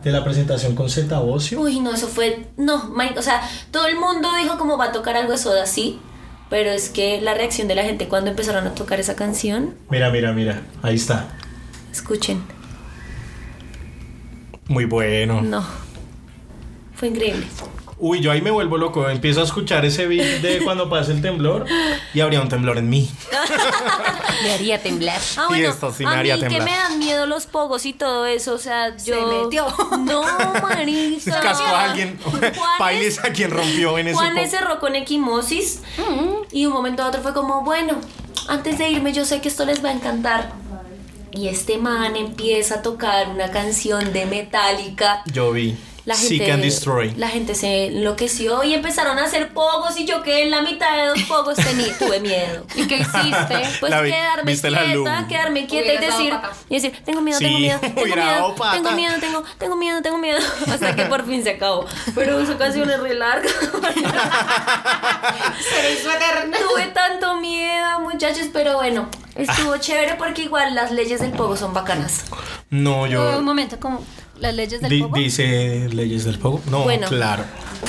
S8: de la presentación con Zeta Ocio.
S2: Uy, no, eso fue. No, Mike, o sea, todo el mundo dijo como va a tocar algo de soda, sí. Pero es que la reacción de la gente cuando empezaron a tocar esa canción,
S8: Mira, mira, mira, ahí está.
S2: escuchen,
S5: Muy bueno.
S2: no. Fue increíble.
S8: Uy, yo ahí me vuelvo loco. Empiezo a escuchar ese beat de cuando pasa el temblor.
S5: Y habría un temblor en mí.
S4: Me haría temblar.
S2: Ah,
S5: Y
S2: bueno,
S5: esto sí me
S2: a mí
S5: haría
S2: que
S5: temblar.
S2: me dan miedo los pogos y todo eso, o sea, yo...
S6: metió.
S2: No, marica.
S5: <laughs> Cascó a alguien.
S2: Juanes-
S5: Pailes a quien rompió en ese
S2: Juanes
S5: pop.
S2: cerró con equimosis y de un momento a otro fue como, bueno, antes de irme yo sé que esto les va a encantar. Y este man empieza a tocar una canción de Metallica.
S5: Yo vi.
S2: La gente,
S5: Seek and Destroy.
S2: La gente se enloqueció y empezaron a hacer pogos y yo quedé en la mitad de dos pogos tenía, tuve miedo.
S4: ¿Y qué
S5: <laughs>
S4: hiciste?
S2: Pues
S5: La vi-
S2: quedarme
S5: viste la
S2: quieta,
S5: luz.
S2: quedarme quieta y
S4: Hubieras dado
S2: decir,
S4: pata.
S2: y decir, tengo miedo, tengo
S5: Sí, <laughs>
S2: miedo, tengo
S5: hubiera
S2: miedo,
S5: dado pata.
S2: tengo miedo, tengo, tengo miedo, tengo miedo, <laughs> hasta que por fin se acabó. Pero esa canción es re
S4: <laughs>
S2: larga. <laughs>
S4: Seré su eterna.
S2: Tuve tanto miedo, muchachos, pero bueno, estuvo chévere porque igual las leyes del pogo son bacanas.
S5: No,
S6: Eh, Un
S5: yo.
S6: momento, como las leyes del
S5: di-
S6: pogo.
S5: dice leyes del poco. No,
S2: Bueno.
S5: claro.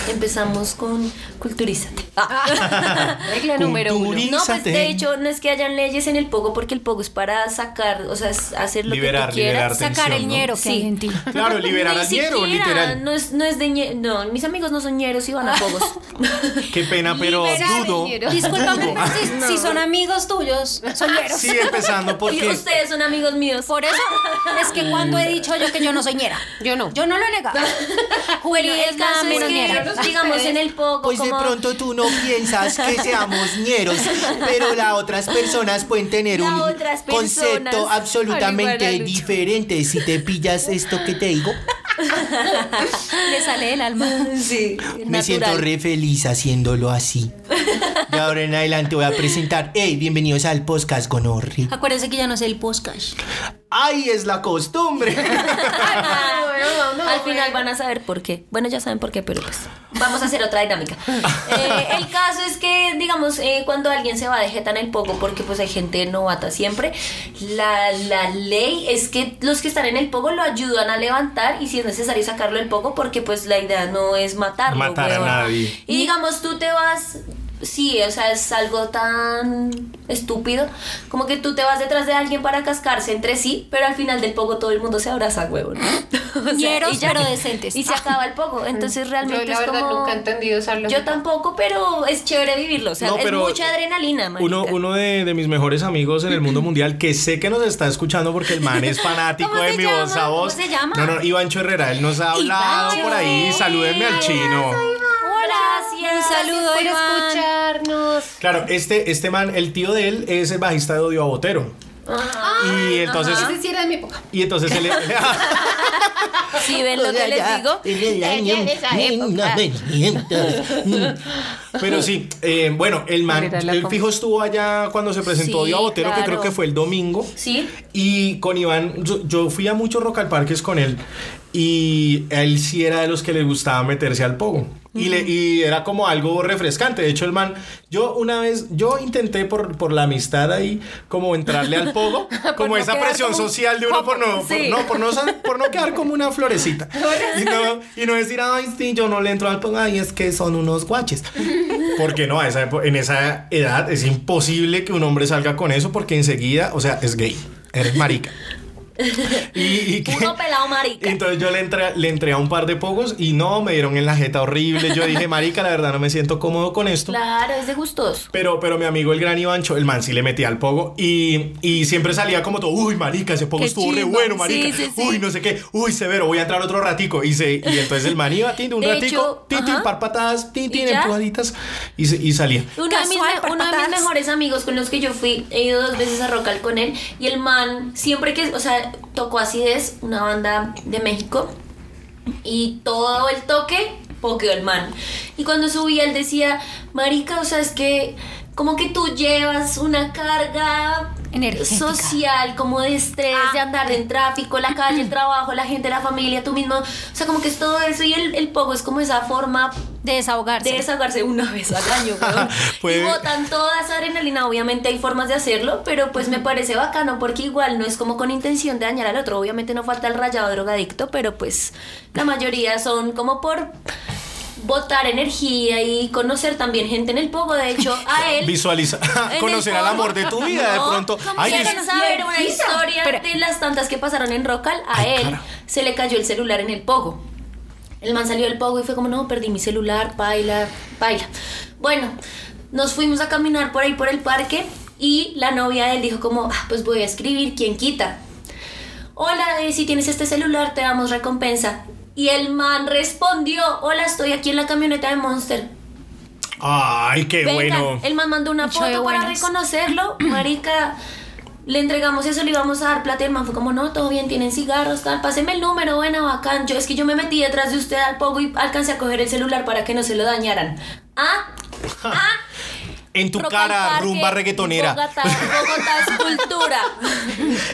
S2: Empezamos con culturízate. Ah.
S4: <laughs> Regla número uno.
S2: No, pues
S5: Culturízate.
S2: de hecho no es que hayan leyes en el pogo porque el pogo es para sacar, o sea, es hacer lo que
S5: Liberar,
S2: tú quieras.
S5: liberar
S6: Sacar el
S5: tensión, ¿no?
S6: ñero que
S2: Sí.
S6: hay en ti.
S2: <laughs>
S5: Claro, liberar
S2: Ni
S5: al ñero,
S2: siquiera,
S5: literal.
S2: No es, no es de ñe- No, mis amigos no son ñeros y van a
S5: <laughs>
S2: pogos.
S5: Qué pena, pero
S4: Liberar al
S5: dudo.
S4: ñero.
S6: Discúlpame, pero si, si son amigos tuyos, son ñeros.
S5: Sí,
S6: <laughs>
S5: empezando
S2: <laughs> y
S5: porque.
S2: ustedes son amigos míos.
S6: Por eso es que cuando he dicho yo que yo no soy ñera.
S4: Yo no.
S6: Yo no lo he negado. Juli
S2: Bueno, <laughs>
S6: es
S2: el
S6: nada
S2: caso es
S6: menos ñera.
S2: que, digamos, en el pogo.
S3: Pues de
S2: como- <laughs>
S3: pronto tú no piensas que seamos ñeros, pero las otras personas pueden tener
S2: Las
S3: un
S2: otras personas.
S3: concepto absolutamente
S4: Marihuana, Lucho.
S3: diferente si te pillas esto que te digo.
S6: Le sale del alma.
S2: Sí,
S3: Me
S2: natural. <laughs>
S3: siento re feliz haciéndolo así. De ahora en adelante voy a presentar, hey, bienvenidos al podcast con Orri.
S6: Acuérdense que ya no sé el podcast.
S3: ¡Ay, es la costumbre!
S2: Ah, Al final van a saber por qué. Bueno, ya saben por qué, pero pues vamos a hacer otra dinámica. Eh, el caso es que, digamos, eh, cuando alguien se va de jeta en el poco, porque pues hay gente novata siempre, la, la ley es que los que están en el poco lo ayudan a levantar y si es necesario sacarlo del poco, porque pues la idea no es matarlo.
S5: Matar a
S2: huevón.
S5: nadie.
S2: Y digamos, tú te vas... Sí, o sea, es algo tan estúpido como que tú te vas detrás de alguien para cascarse entre sí, pero al final del poco todo el mundo se abraza, <laughs> huevo.
S6: Ñeros, pero decentes.
S2: Y se acaba el poco. Entonces realmente
S4: Yo
S2: es
S4: la verdad
S2: como-
S4: nunca he entendido esa
S2: Yo
S4: lógica.
S2: tampoco, pero es chévere vivirlo. O sea,
S5: No,
S2: es
S5: pero
S2: mucha adrenalina, marica.
S5: Uno, uno de, de mis mejores amigos en el mundo mundial que sé que nos está escuchando porque el man es
S6: <laughs>
S5: fanático
S6: ¿Cómo
S5: de
S6: se
S5: mi
S6: llama?
S5: voz a voz.
S6: ¿Cómo se llama?
S5: No, no, Ivancho Herrera, él nos ha hablado por ahí. Salúdenme al chino.
S2: Gracias.
S6: Un saludo,
S4: Por
S6: Iván.
S4: escucharnos.
S5: Claro, este, este man, el tío de él es el bajista de Odio a Botero.
S6: Ah,
S5: y entonces,
S4: Ese sí era de mi época.
S5: y entonces él,
S2: Si ven
S3: <laughs>
S2: lo que les digo.
S3: En el año
S4: En esa época.
S3: 1900.
S5: <laughs> Pero sí, eh, bueno, el man,
S4: Era la
S5: el
S4: com-
S5: fijo estuvo allá cuando se presentó
S2: Sí,
S5: Odio a Botero, que creo
S2: claro.
S5: que fue el domingo.
S2: Sí.
S5: Y con Iván, yo, yo fui a muchos Rock al Parques con él. Y él sí era de los que le gustaba meterse al pogo. Y, le, y era como algo refrescante. De hecho, el man, yo una vez, yo intenté por, por la amistad ahí, como entrarle al pogo,
S4: <laughs>
S5: como
S4: no
S5: esa
S4: quedar
S5: presión
S4: como un
S5: social de uno por no, por,
S2: sí.
S5: no, por no, sa- por no quedar como
S4: <laughs>
S5: una florecita. Y no, y no decir, ay, sí, yo no le entro al pogo, ay, es que son unos guaches. Porque no, a esa epo- en esa edad es imposible que un hombre salga con eso porque enseguida, o sea, es gay, eres marica. Y, y que-
S2: Uno pelado marica.
S5: entonces yo le entré, le entré a un par de pocos y no, me dieron en la jeta horrible. Yo dije, marica, la verdad no me siento cómodo con esto.
S2: Claro, es de gustos.
S5: Pero, pero mi amigo el gran Ivancho, el man sí le metía al pogo y, y siempre salía como todo, uy, marica, ese pogo
S2: Qué
S5: estuvo re
S2: chimba.
S5: bueno, marica.
S2: Sí, sí, sí.
S5: Uy, no sé qué, uy, severo, voy a entrar otro ratico. Y, se, y entonces el man iba, tin, de un
S2: De
S5: ratico,
S2: hecho,
S5: tin, tin,
S2: ajá.
S5: par patadas, tin, tin,
S2: ¿Y ya?
S5: empujaditas y, se- y salía.
S2: Uno de, mis,
S6: Casual,
S2: me- uno de mis
S6: patadas.
S2: mejores amigos con los que yo fui, he ido dos veces a Rocal con él y el man siempre que, o sea, tocó Acidez, una banda de México y todo el toque poqueó el man. Y cuando subía él decía, marica, o sea, es que como que tú llevas una carga
S6: Energética.
S2: social, como de estrés,
S6: Ah.
S2: de andar en tráfico, la calle, el trabajo, la gente, la familia, tú mismo, o sea, como que es todo eso y el, el pogo es como esa forma
S6: De desahogarse.
S2: de desahogarse una vez al año, weón.
S5: Pues-
S2: Y botan toda esa adrenalina. Obviamente hay formas de hacerlo, pero pues me parece bacano porque igual no es como con intención de dañar al otro. Obviamente no falta el rayado drogadicto, pero pues la mayoría son como por botar energía y conocer también gente en el pogo. De hecho, a él.
S5: Visualiza,
S2: en el
S5: <laughs> conocer al
S2: pogo-
S5: amor de tu vida de
S2: No,
S5: pronto.
S2: ¿cómo
S5: Ay,
S2: quieren
S5: es-
S2: saber una
S6: Energía.
S2: historia
S6: Pero-
S2: de las tantas que pasaron en Rocal? A
S5: Ay,
S2: él
S5: cara.
S2: se le cayó el celular en el pogo. El man salió del pogo y fue como, no, perdí mi celular, baila, baila. Bueno, nos fuimos a caminar por ahí por el parque y la novia de él dijo como, ah, pues voy a escribir, ¿quién quita? Hola, eh, si tienes este celular te damos recompensa. Y el man respondió, hola, estoy aquí en la camioneta de Monster.
S5: ay, qué
S2: Vengan,
S5: Eh, bueno.
S2: el man mandó una
S6: Mucho de
S2: foto para
S6: buenas.
S2: reconocerlo, marica. Le entregamos eso, le íbamos a dar plata y el man fue como, no, todo bien, tienen cigarros, tal, páseme el número, buena, bacán. Yo es que yo me metí detrás de usted al poco y alcancé a coger el celular para que no se lo dañaran. Ah,
S5: En tu
S2: Rock al
S5: cara,
S2: Parque,
S5: rumba reggaetonera.
S2: Bogotá, Bogotá
S5: <laughs>
S2: es cultura.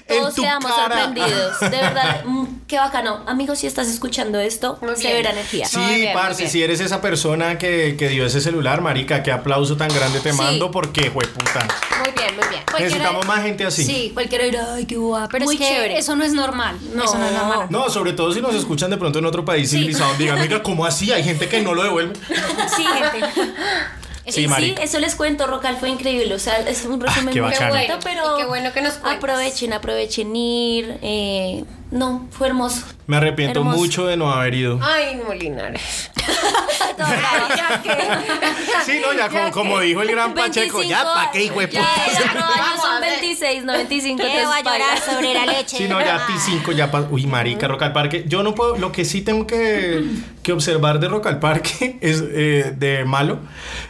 S5: En
S2: Todos
S5: tu
S2: quedamos
S5: cara.
S2: sorprendidos. De
S5: <laughs>
S2: verdad, mm, qué bacano. Amigos, si estás escuchando esto,
S4: Muy
S2: se
S4: bien.
S2: verá energía.
S5: Sí,
S4: Muy bien, muy
S5: parce,
S4: bien.
S5: si eres esa persona que, que dio ese celular, marica, qué aplauso tan grande te
S2: Sí.
S5: mando porque, jueputa.
S4: Muy bien, muy bien.
S6: Pues
S5: Necesitamos más gente así.
S6: Sí, cualquiera dirá, ay, qué guapa. Pero
S2: Muy
S6: es que
S2: chévere.
S6: eso no es normal.
S2: No.
S6: Eso no es
S5: <laughs>
S6: normal.
S5: No, sobre todo si nos escuchan de pronto en otro país civilizado, digan, mira, ¿cómo así? Hay gente que no lo devuelve.
S6: Sí,
S5: <laughs>
S6: gente.
S5: Sí,
S2: y sí,
S5: marica.
S2: eso les cuento, Rocal fue increíble. O sea, es un
S5: Ah,
S2: resumen
S5: qué
S2: muy
S5: bacano.
S2: bonito,
S4: Qué bueno,
S2: pero.
S4: y qué bueno que nos cuentas.
S2: Aprovechen, aprovechen ir. eh, no, fue hermoso.
S5: Me arrepiento
S2: Hermoso.
S5: mucho de no haber ido.
S4: Ay, Molinares.
S6: <laughs>
S2: Ya
S5: <laughs> Sí, no, ya como, como dijo el gran Pacheco, ya, ¿pa' qué, hijo de
S2: ya,
S5: puta?
S2: <laughs> ya, no, años
S4: Vamos a
S2: son
S4: ver.
S2: 26, 95.
S6: <laughs> Que va a llorar sobre la leche.
S5: Sí, no, ya pi 5, ya pa- Uy, marica, Rock al Parque. Yo no puedo, lo que sí tengo que, que observar de Rock al Parque <laughs> es eh, de malo,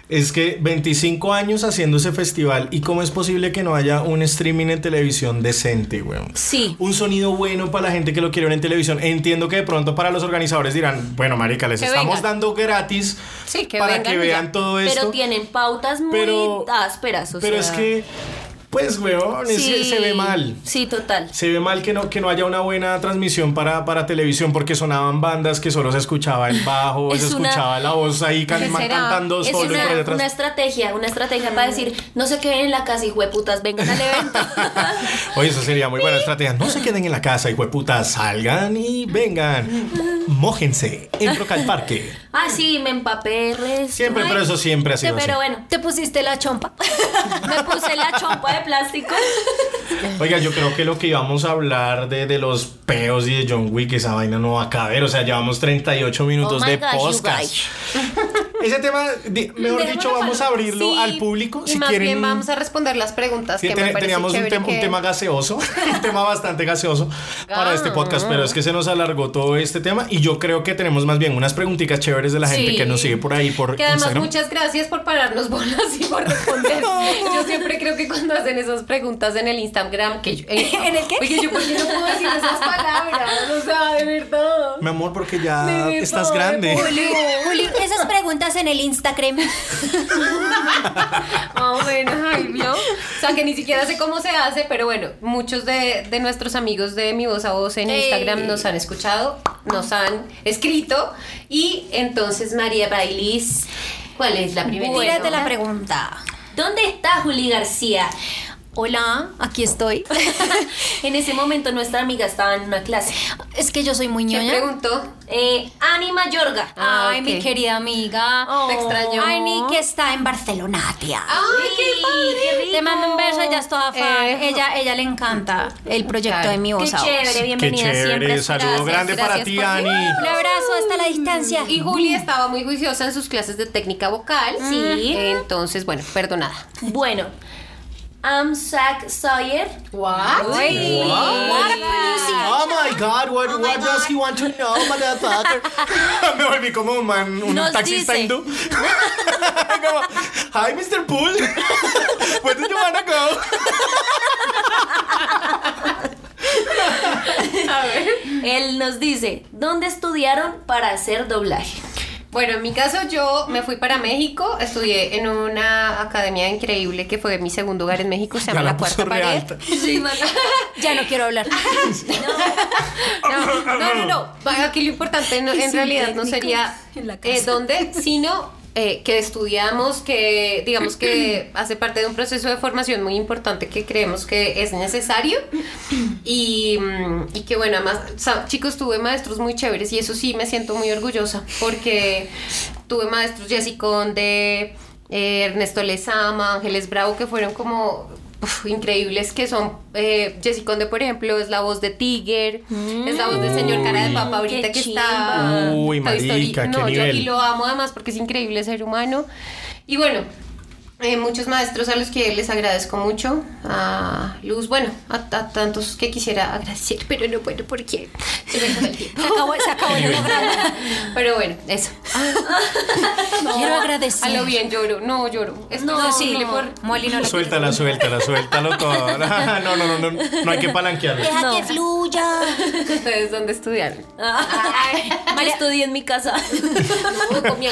S5: es que 25 años haciendo ese festival y cómo es posible que no haya un streaming en televisión decente, weón.
S2: <laughs> Sí.
S5: Un sonido bueno para la gente que lo quiere ver en televisión. Entiendo que de pronto para los organizadores dirán, bueno, marica, les
S4: Que
S5: estamos
S4: vengan.
S5: dando gratis
S4: Sí, que
S5: para
S4: vengan
S5: que
S4: y
S5: vean
S4: ya.
S5: todo esto.
S2: Pero tienen pautas muy
S5: Pero-
S2: ásperas. o
S5: pero
S2: sea,
S5: es que, pues, weón, es que
S2: sí,
S5: se ve mal.
S2: Sí, total.
S5: Se ve mal que no, que no haya una buena transmisión para, para televisión porque sonaban bandas que solo se escuchaba el bajo,
S2: Es
S5: se
S2: una-
S5: escuchaba la voz ahí can-
S4: ¿Qué será?
S5: cantando
S2: Es
S5: solo y por ahí
S2: una,
S5: atrás.
S2: una estrategia, una estrategia para decir, no se queden en la casa, hijo de putas, vengan al
S5: <laughs>
S2: evento.
S5: Oye, eso sería muy buena estrategia. No se queden en la casa, hijo de puta, salgan y vengan.
S2: <laughs>
S5: Mójense en Rock al Parque.
S2: ah, sí, me empapé, resto.
S5: Siempre,
S2: Ay,
S5: pero eso siempre ha sido así.
S2: Pero bueno,
S6: Te pusiste la chompa.
S2: me puse la chompa de plástico.
S5: Oiga, yo creo que lo que íbamos a hablar de, de los peos y de John Wick, esa vaina no va a caber. O sea, llevamos 38 minutos
S2: Oh my
S5: de
S2: gosh, you
S5: podcast.
S2: guys.
S5: <laughs> Ese tema, di- mejor dicho, vamos a abrirlo
S4: Sí,
S5: al público.
S4: Y
S5: si
S4: más
S5: quieren,
S4: bien vamos a responder las preguntas
S5: Sí,
S4: que
S5: te-
S4: me parecen
S5: teníamos un,
S4: chévere
S5: tema- un
S4: que-
S5: tema gaseoso, <laughs> un tema bastante gaseoso para este podcast, pero es que se nos alargó todo este tema y yo creo que tenemos más bien unas preguntitas chéveres de la gente
S4: Sí.
S5: que nos sigue por ahí por
S4: Que además
S5: Instagram.
S4: muchas gracias por pararnos bolas y por responder. Yo siempre creo que cuando hacen esas preguntas en el Instagram que yo... eh,
S6: ¿En el qué?
S4: Oye, yo por qué no puedo decir esas palabras, o sea, de verdad.
S5: Mi amor, porque ya
S4: Me
S5: Ah, estás
S4: pobre
S5: grande.
S6: Julio, <laughs> Julio, esas preguntas en el Instagram.
S4: Más o menos, Ah, ay, ¿vio? O sea, que ni siquiera sé cómo se hace, pero bueno, muchos de, de nuestros amigos de Mi Voz a Voz en
S2: Ey.
S4: Instagram nos han escuchado, nos han escrito. Y entonces, María Bailis, ¿cuál es la primera?
S6: Tírate la pregunta.
S2: ¿Dónde está Juli García? <laughs>
S6: Hola, aquí estoy.
S2: En ese momento nuestra amiga estaba en una clase.
S6: <laughs> Es que yo soy muy
S4: ¿Quién
S6: ñoña.
S4: preguntó?
S2: Eh, Ani Mayorga.
S4: Ah,
S6: Ay,
S4: ok. Oh,
S6: mi querida amiga.
S4: Te extrañó.
S6: Oh. Ay, ni que está en Barcelona, tía.
S4: ¡Ay, qué padre!
S6: Te mando un beso, ella es toda fan.
S4: Eh,
S6: ella, ella le encanta el proyecto
S4: claro.
S6: de mi voz
S2: Qué
S6: a voz.
S2: chévere,
S5: Qué
S2: bienvenida
S5: chévere.
S2: siempre.
S5: Saludo
S4: Gracias,
S5: grande para
S4: gracias
S5: ti,
S4: por-
S5: Ani.
S6: Un abrazo hasta la distancia.
S4: Y Juli estaba muy juiciosa en sus clases de técnica vocal.
S5: Mm.
S2: Sí.
S4: Entonces, bueno, perdonada.
S2: Bueno, I'm Zach Sawyer.
S4: ¿What?
S6: What a producing.
S9: Oh my god, what, what does he want to know, motherfucker?
S5: <laughs> Me volví como un man, un
S1: Nos
S5: taxista
S1: dice.
S5: hindú. <laughs> como, hi, Mr. Pool. <laughs> Where do you wanna go?
S2: Él nos dice, ¿dónde estudiaron para hacer doblaje?
S4: Bueno, en mi caso yo me fui para México, estudié en una academia increíble que fue mi segundo hogar en México, se
S5: Ya
S4: llama
S5: la
S4: La,
S5: puso
S4: Cuarta
S5: re
S4: Pared.
S5: alta.
S4: <laughs> Sí, mala.
S6: Ya no quiero hablar.
S4: No, no, no, no. Va, Aquí lo importante no- en realidad no sería
S6: en la
S4: eh, dónde, sino eh, que estudiamos, que digamos
S5: <clears throat>
S4: que hace parte de un proceso de formación muy importante que creemos que es necesario. Y, mm, y que bueno, además, sa- chicos, tuve maestros muy chéveres y eso sí me siento muy orgullosa porque tuve maestros Jessy Conde, eh, Ernesto Lezama, Ángeles Bravo, que fueron como uf, increíbles, que son eh, Jessy Conde, por ejemplo, es la voz de Tiger, es la voz del señor Cara de Papa ahorita
S2: qué
S4: que
S2: chimba.
S4: está.
S5: Uy,
S4: Ah, Toy Story.
S5: marica, qué
S4: No, yo
S5: nivel.
S4: y lo amo además porque es increíble ser humano. Y bueno, eh, muchos maestros a los que les agradezco mucho, a Luz, bueno, a, a tantos que quisiera agradecer, <laughs> pero no puedo porque se me acabó el tiempo.
S6: Se acabó, se acabó el programa.
S4: Pero bueno, eso.
S6: Quiero
S4: A
S6: agradecer.
S4: lo bien lloro, no lloro. Esto
S6: No,
S4: es
S6: sí,
S4: horrible por-
S6: Molly no lo-
S5: Suéltala, suéltala, suéltalo todo. <laughs> No, no, no, no, no hay que palanquearlo.
S6: Deja que fluya.
S4: ustedes dónde estudiaron.
S2: <laughs> Yo estudié en mi casa. <laughs>
S4: No, con mi
S5: Mm,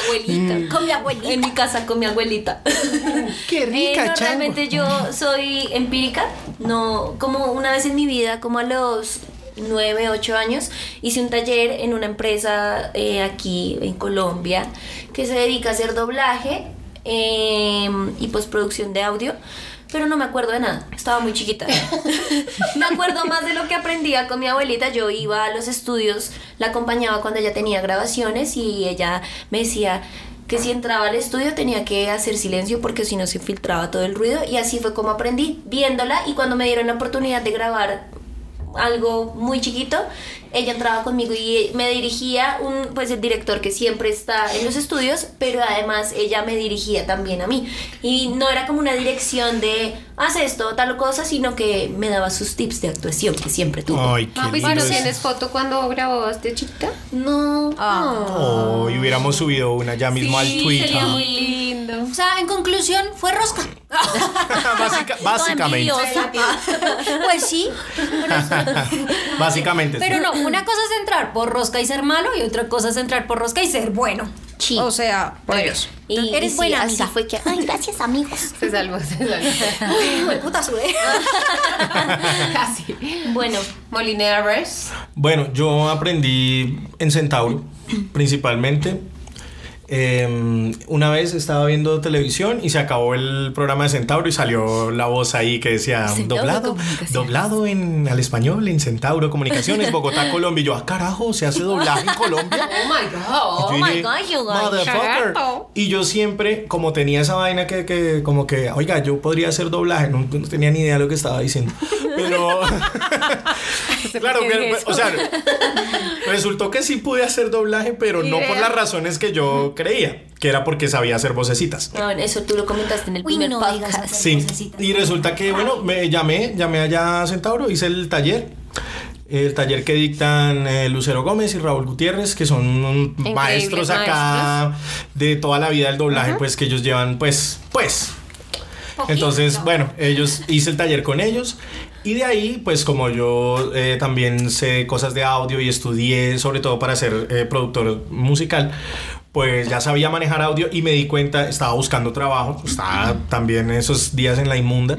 S6: <laughs>
S4: abuelita.
S6: Con mi abuelita.
S2: En mi casa con mi abuelita.
S9: Qué
S2: Eh,
S9: rica, chango.
S2: normalmente yo soy empírica. No, como una vez en mi vida, como a los 9, 8 años, hice un taller en una empresa eh, aquí en Colombia que se dedica a hacer doblaje eh, y postproducción de audio. Pero no me acuerdo de nada, estaba
S9: <laughs>
S2: muy chiquita. <laughs> me acuerdo más de lo que aprendía con mi abuelita. Yo iba a los estudios, la acompañaba cuando ella tenía grabaciones y ella me decía, que si entraba al estudio tenía que hacer silencio porque si no se filtraba todo el ruido y así fue como aprendí viéndola y cuando me dieron la oportunidad de grabar algo muy chiquito, ella entraba conmigo y me dirigía un pues el director que siempre está en los estudios, pero además ella me dirigía también a mí y no era como una dirección de haz esto tal cosa, sino que me daba sus tips de actuación que siempre tuvo.
S5: Ay, qué
S4: Mami,
S5: lindo.
S4: si no
S5: es.
S4: tienes foto cuando grabaste, chiquita.
S2: No.
S6: Ah.
S2: <laughs>
S5: Oh, y hubiéramos subido una ya mismo al ah. Twitter.
S4: lindo.
S6: O sea, en conclusión, fue rosca.
S5: <laughs> Básica- básicamente.
S6: Pues sí,
S5: <laughs> básicamente. sí.
S6: pero no, una cosa es entrar por rosca y ser malo y otra cosa es entrar por rosca y ser bueno.
S2: Sí.
S6: O sea, por Dios.
S2: Y- y
S6: Eres
S2: sí,
S6: buena
S2: así
S6: amiga.
S2: fue que ay, gracias amigos.
S4: Se salvó, se
S5: <laughs>
S4: salvó.
S6: Uy, <laughs> hijo de puta sudé.
S4: Casi.
S2: <laughs> Bueno,
S4: Molineres.
S5: Bueno, yo aprendí en Centauro, principalmente. Eh, una vez estaba viendo televisión y se acabó el programa de Centauro y salió la voz ahí que decía
S1: Centauro
S5: doblado,
S1: Comunicaciones".
S5: doblado en al español en Centauro Comunicaciones, Bogotá, Colombia. Y yo, ah, carajo, se hace doblaje en Colombia.
S4: Oh my
S5: Y
S4: god.
S5: yo
S1: my
S5: dije,
S1: God, you guys.
S5: "Motherfucker".
S4: Carajo.
S5: Y yo siempre, como tenía esa vaina que, que como que, oiga, yo podría hacer doblaje, no, no tenía ni idea de lo que estaba diciendo. Pero, claro,
S4: por qué
S5: pero-
S4: dije
S5: o sea, resultó que sí pude hacer doblaje, pero no por
S4: Idea.
S5: las razones que yo creía, que era porque sabía hacer vocecitas.
S2: no, eso tú lo comentaste en el
S6: Uy,
S2: primer
S6: no digas
S2: podcast.
S6: esas
S5: Sí,
S6: cosecitas.
S5: y resulta que, bueno, me llamé, llamé allá a Centauro, hice el taller. El taller que dictan eh, Lucero Gómez y Raúl Gutiérrez, que son mm,
S4: Increíbles
S5: maestros acá de toda la vida del doblaje, pues que ellos llevan, pues, pues. Entonces, bueno, ellos hice el taller con ellos y de ahí, pues como yo eh, también sé cosas de audio y estudié sobre todo para ser eh, productor musical, pues ya sabía manejar audio y me di cuenta, estaba buscando trabajo, estaba también esos días en la inmunda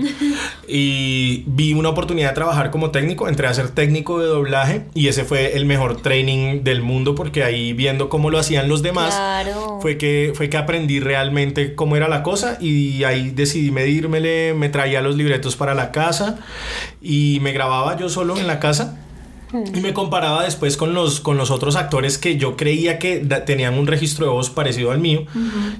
S5: y vi una oportunidad de trabajar como técnico, entré a ser técnico de doblaje y ese fue el mejor training del mundo porque ahí viendo cómo lo hacían los demás
S2: Claro.
S5: fue que fue que aprendí realmente cómo era la cosa y ahí decidí medírmele, me traía los libretos para la casa y me grababa yo solo en la casa. Y me comparaba después con los, con los otros actores que yo creía que da- tenían un registro de voz parecido al mío.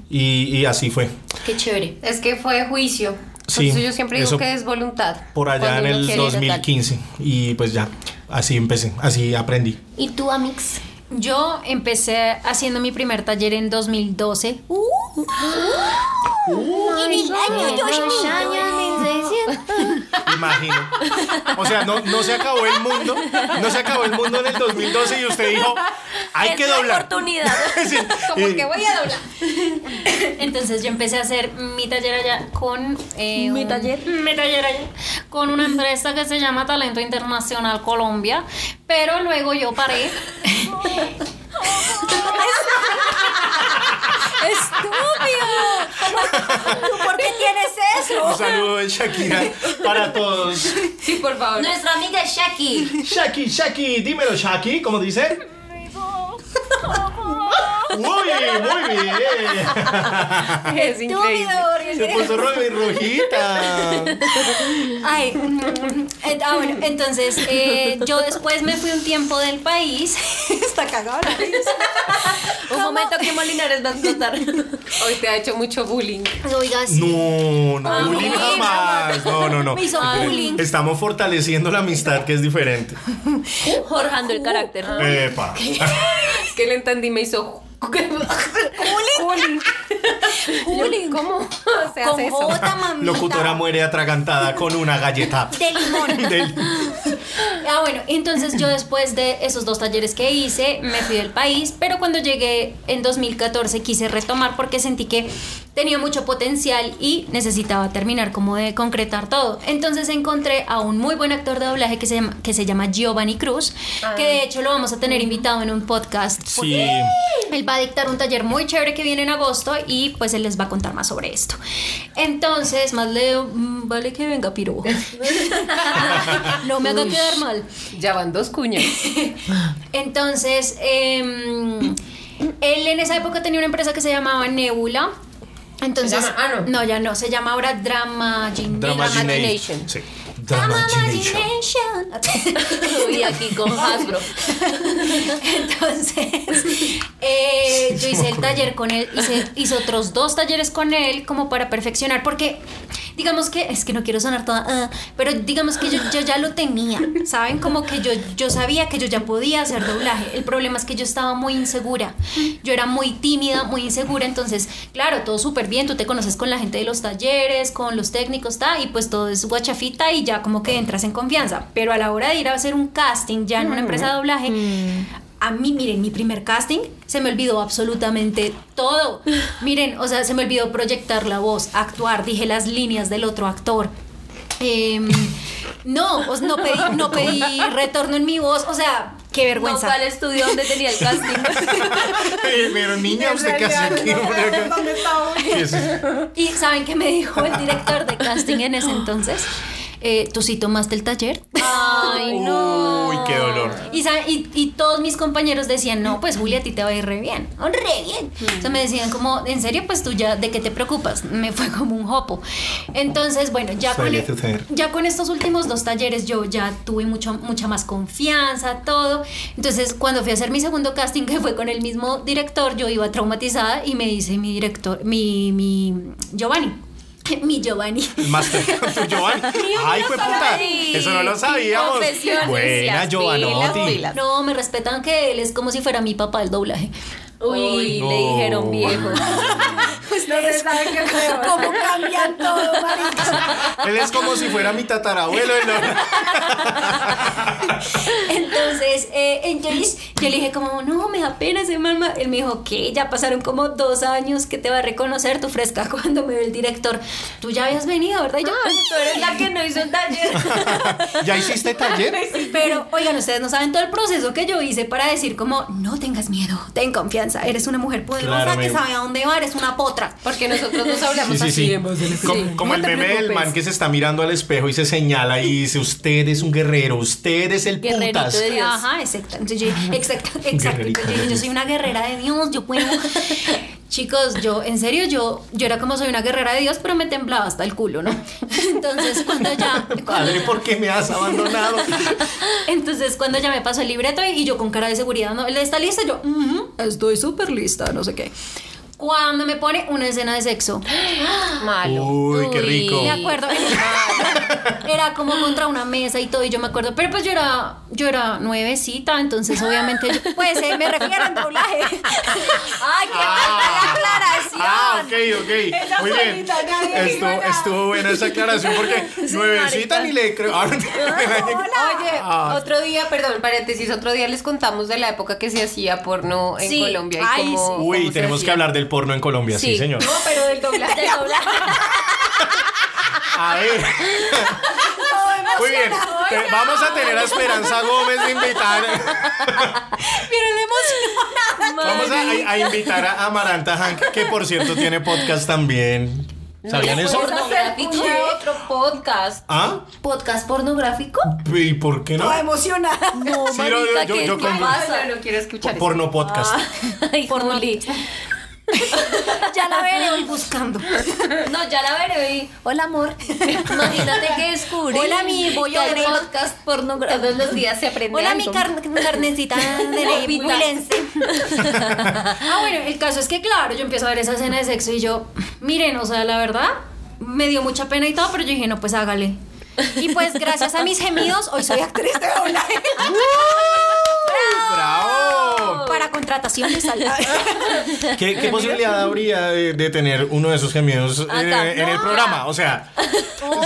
S5: y, y así fue.
S2: Qué chévere.
S4: Es que fue juicio.
S5: Sí,
S4: Por eso yo siempre digo
S5: eso-
S4: que es voluntad.
S5: Por allá
S4: Cuando
S5: en
S4: uno
S5: el
S4: quiere, total.
S5: 2015. Y pues ya, así empecé, así aprendí.
S2: ¿Y tú, Amix?
S6: Yo empecé haciendo mi primer taller en 2012. ¡Uh!
S4: <laughs>
S5: Imagino. O sea, no, no se acabó el mundo. No se acabó el mundo en el 2012 y usted dijo, hay
S2: Es
S5: que
S2: la
S5: doblar.
S2: oportunidad.
S5: <laughs> Sí.
S6: <laughs>
S4: Como
S5: Y-
S4: que voy a doblar.
S6: Entonces yo empecé a hacer mi taller allá con... eh,
S2: Mi
S6: un-
S2: taller.
S6: <laughs> Mi taller allá. Con una empresa que se llama Talento Internacional Colombia. Pero luego yo paré.
S2: ¿Por qué tienes eso?
S5: Un saludo de Shakira para todos.
S4: Sí, por favor.
S2: Nuestra amiga Shaki.
S5: Shaki, Shaki, dímelo, Shaki, ¿cómo
S6: <laughs>
S5: dice? Muy, muy bien.
S4: es increíble.
S5: Se puso roja y rojita.
S6: Ay, eh, ah, bueno, entonces eh, yo después me fui un tiempo del país. <laughs> Está cagado la risa.
S2: Un momento que Molinares va a explotar.
S4: Hoy te ha hecho mucho bullying.
S2: <laughs>
S6: Oiga, sí.
S5: No, no, bullying
S6: bueno.
S5: jamás. No, no, no.
S6: Me hizo bullying.
S5: Estamos fortaleciendo la amistad que es diferente.
S2: Forjando el carácter.
S5: Epa.
S4: Es que lo entendí, me hizo. <laughs> ¿Bullying? ¿Bullying? ¿Cómo se hace
S6: Con
S4: eso?
S6: J, mamita.
S5: Locutora muere atragantada con una galleta.
S6: De
S5: <laughs>
S6: limón.
S5: Del-
S6: Ah, bueno, entonces yo después de esos dos talleres que hice, me fui del país, pero cuando llegué en 2014 quise retomar porque sentí que tenía mucho potencial y necesitaba terminar como de concretar todo. Entonces encontré a un muy buen actor de doblaje que se llama, que se llama Giovanni Cruz, que de hecho lo vamos a tener invitado en un podcast.
S5: Sí.
S6: Él va a dictar un taller muy chévere que viene en agosto y pues él les va a contar más sobre esto. Entonces, más le mm, vale que venga pirujo. <laughs> no me haga quedar mal.
S4: Ya van dos cuñas.
S6: Entonces, em, él en esa época tenía una empresa que se llamaba Nebula. Entonces,
S4: Se llama- ah, no.
S6: ya no, se llama ahora Drama
S5: Dramagination. Sí. Dramagination.
S6: <laughs>
S2: Y aquí con Hasbro.
S6: Entonces, eh, yo hice el taller con él, hice, hice otros dos talleres con él como para perfeccionar, porque digamos que, es que no quiero sonar toda, ah, pero digamos que yo, yo ya lo tenía, ¿saben? Como que yo, yo sabía que yo ya podía hacer doblaje. El problema es que yo estaba muy insegura, yo era muy tímida, muy insegura, entonces, claro, todo súper bien, tú te conoces con la gente de los talleres, con los técnicos, ta, y pues todo es guachafita y ya como que entras en confianza, pero a la hora de ir a hacer un casting ya en una empresa
S2: Mm,
S6: de doblaje, a mí, miren, mi primer casting se me olvidó absolutamente todo. Miren, o sea, se me olvidó proyectar la voz, actuar, dije las líneas del otro actor. Em, no, os- no pedí,
S2: <laughs>
S6: no pedí retorno en mi voz, o sea, qué
S2: No,
S6: vergüenza.
S2: ¿Cuál estudio donde tenía el
S6: <laughs>
S2: casting?
S5: <laughs> Pero niña, ¿usted qué hace aquí? ¿Qué es eso?
S4: <laughs>
S6: ¿Y saben qué me dijo el director de casting en ese entonces? Eh, Tú sí tomaste el taller.
S2: Ay, no.
S5: Uy, qué dolor.
S6: Y, sa- y- y todos mis compañeros decían, no, pues Julia, a ti te va a ir re bien, oh, re bien. O sea, me decían como, en serio, pues tú ya, ¿de qué te preocupas? Me fue como un hopo. Entonces, bueno, ya, con, e-,
S5: Suele suceder.
S6: ya con estos últimos dos talleres yo ya tuve mucho, mucha más confianza, todo. Entonces, cuando fui a hacer mi segundo casting, que fue con el mismo director, yo iba traumatizada y me dice mi director, mi, mi Giovanni, <laughs> mi Giovanni.
S5: <laughs> Master tu
S4: <laughs>
S5: Giovanni. Ay, fue puta. Eso no lo sabíamos.
S2: Confesiones,
S5: Buena,
S4: las pilas,
S5: Giovanotti.
S4: pilas.
S6: No, me respetan que él es como si fuera mi papá el doblaje.
S2: Uy,
S5: No.
S2: le dijeron viejo.
S4: Pues
S6: ustedes. ¿Cómo cambian todo, marica?
S5: Él es como si fuera mi tatarabuelo. él no-
S6: Entonces, eh, entonces, yo le dije como, no, me da pena ese mamá. Él me dijo, ¿qué? Ya pasaron como dos años que te va a reconocer tu fresca <laughs> cuando me ve el director. Tú ya habías venido, ¿verdad? Y yo,
S4: "Ah,
S2: Tú eres la que no hizo el taller.
S5: <laughs> ¿Ya hiciste taller?
S6: Pero, oigan, ustedes no saben todo el proceso que yo hice para decir como, no tengas miedo, ten confianza, eres una mujer poderosa
S5: Claro,
S6: que
S5: me-
S6: sabe a dónde va, eres una potra.
S4: Porque nosotros nos hablamos
S5: Sí, sí,
S4: así.
S5: sí.
S4: en este voz de-
S5: Como,
S4: Sí.
S5: como
S4: No
S5: el
S4: te
S5: meme del
S4: preocupes.
S5: man que se está mirando al espejo y se señala y dice, usted es un guerrero, usted es el
S4: Guerrerito
S5: putas.
S4: de Dios.
S6: Ajá, exacto. Entonces yo,
S5: <laughs>
S6: exacto, exacto.
S5: Guerrerita
S6: Entonces yo,
S5: de
S6: yo
S5: Dios.
S6: soy una guerrera de Dios, yo
S5: <laughs>
S6: puedo. Chicos, yo, en serio, yo, yo era como soy una guerrera de Dios, pero me temblaba hasta el culo, ¿no? <laughs> Entonces cuando ya, cuando
S5: <laughs> Padre, ¿por qué me has abandonado?
S6: Entonces, cuando ya me pasó el libreto y yo con cara de seguridad, ¿no? Él está lista, yo, "Ujú, estoy súper lista, no sé qué. Cuando me pone una escena de sexo,
S4: <laughs> Malo.
S5: Uy, qué rico.
S6: me acuerdo, era como contra una mesa y todo, y yo me acuerdo, pero pues yo era, yo era nuevecita, entonces obviamente, yo- pues eh, me refiero al doblaje. Ay, qué
S5: Ah.
S6: tanta la aclaración.
S5: Ah, ok, ok. Muy bien. Estuvo, estuvo buena esa aclaración porque nuevecita ni le creo. Ah, Ahora-
S4: <laughs> Oye,
S5: Ah.
S4: otro día, perdón, paréntesis, otro día les contamos de la época que se hacía porno en
S6: Sí.
S4: Colombia. y
S6: Ay,
S4: cómo-
S6: sí.
S4: cómo
S5: Uy,
S4: se
S5: tenemos que
S4: hacía.
S5: hablar del porno en Colombia, sí, señor.
S2: No, pero del
S4: <laughs>
S2: doblaje. Del doblaje.
S5: A ver. Muy bien. Te- vamos a tener a Esperanza Gómez de invitar.
S6: Miren, la emoción.
S5: Vamos a, a- a invitar a Amaranta Hank, que por cierto tiene podcast también. ¿Sabían eso?
S2: Pornográfico.
S4: otro podcast.
S5: ¿Ah?
S2: ¿Podcast pornográfico?
S5: ¿Y por qué no?
S6: Toda emocionada.
S5: Sí, no, yo- yo- yo con-
S2: pasa?
S4: No, no quiero escuchar eso.
S5: Porno podcast.
S2: Ay, <laughs> Juli.
S6: Ya la veré hoy buscando.
S2: No, ya la veré. y, Hola, amor. <laughs> Imagínate que descubrí.
S6: Hola, mi
S2: voy
S6: bollo de-
S2: podcast pornográfico. Todos los días se aprende
S6: Hola, mi
S2: algo.
S6: car-
S2: <laughs>
S6: carnecita de ley bulense. Ah, bueno, el caso es que, claro, yo empiezo a ver esa escena de sexo y yo, miren, o sea, la verdad, me dio mucha pena y todo, pero yo dije, no, pues hágale. Y pues, gracias a mis gemidos, hoy soy actriz de doblaje.
S5: ¡Bravo!
S6: Para contrataciones al
S5: ¿Qué, qué posibilidad habría de, de tener uno de esos gemidos eh, en, el programa?
S4: <laughs>
S5: O sea,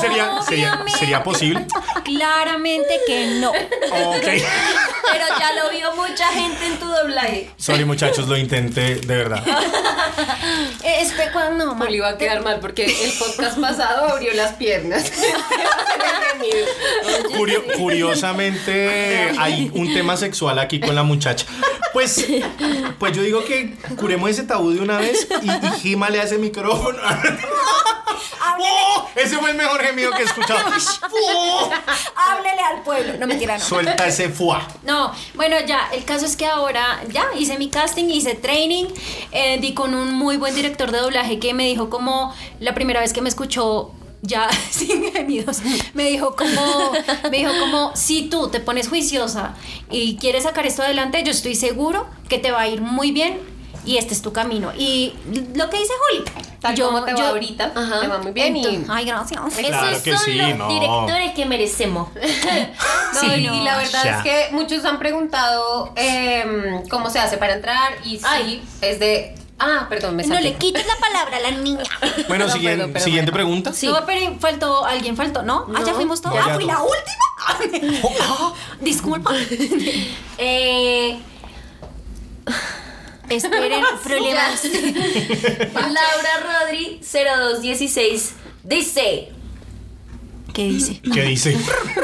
S5: sería, sería,
S6: Obviamente.
S5: sería posible.
S6: Claramente que no.
S5: Ok.
S2: Pero ya lo vio mucha gente en tu doblaje.
S5: Sorry, muchachos, lo intenté, de verdad.
S6: Eh, Este, cuando no,
S4: Juli va a quedar mal porque el podcast pasado abrió las piernas. <laughs>
S5: Curio- curiosamente, hay un tema sexual aquí con la muchacha. Pues, pues yo digo que curemos ese tabú de una vez y, y gímale a
S4: <laughs>
S5: ese micrófono.
S4: Ah,
S5: ¡Oh! Ese fue el mejor gemido que
S4: <laughs>
S5: he escuchado. ¡Oh!
S6: háblele al pueblo. No, mentira, no.
S5: Suelta ese fuá.
S6: No, bueno, ya, el caso es que ahora ya hice mi casting, hice training, eh, di con un muy buen director de doblaje que me dijo como la primera vez que me escuchó ya <laughs> sin gemidos, me dijo como me dijo como si tú te pones juiciosa y quieres sacar esto adelante, yo estoy seguro que te va a ir muy bien y este es tu camino. Y lo que dice Juli,
S4: Tal como te va ahorita, te va muy bien. y-
S6: Entonces- ay, gracias.
S5: Claro
S2: Esos
S5: que
S2: son
S5: sí,
S2: los
S5: no.
S2: directores que merecemos.
S4: No, y, y la verdad
S5: ya.
S4: es que muchos han preguntado em, cómo se hace para entrar y sí,
S2: Ay.
S4: es de... Ah, perdón, me
S6: No
S4: salté.
S6: le quites la palabra a la niña.
S4: <laughs>
S5: Bueno,
S4: No,
S5: siguien-
S4: perdón, perdón.
S5: siguiente pregunta.
S2: Sí.
S6: No, pero faltó, alguien faltó, ¿no? Ah, ya fuimos todos.
S5: Ya, ya
S6: ah, fui la
S5: todos.
S6: última. Disculpa.
S2: Eh,
S6: Esperen, problemas.
S2: <laughs> Laura Rodri 0216 dice:
S6: ¿Qué dice?
S4: <laughs>
S5: ¿Qué dice?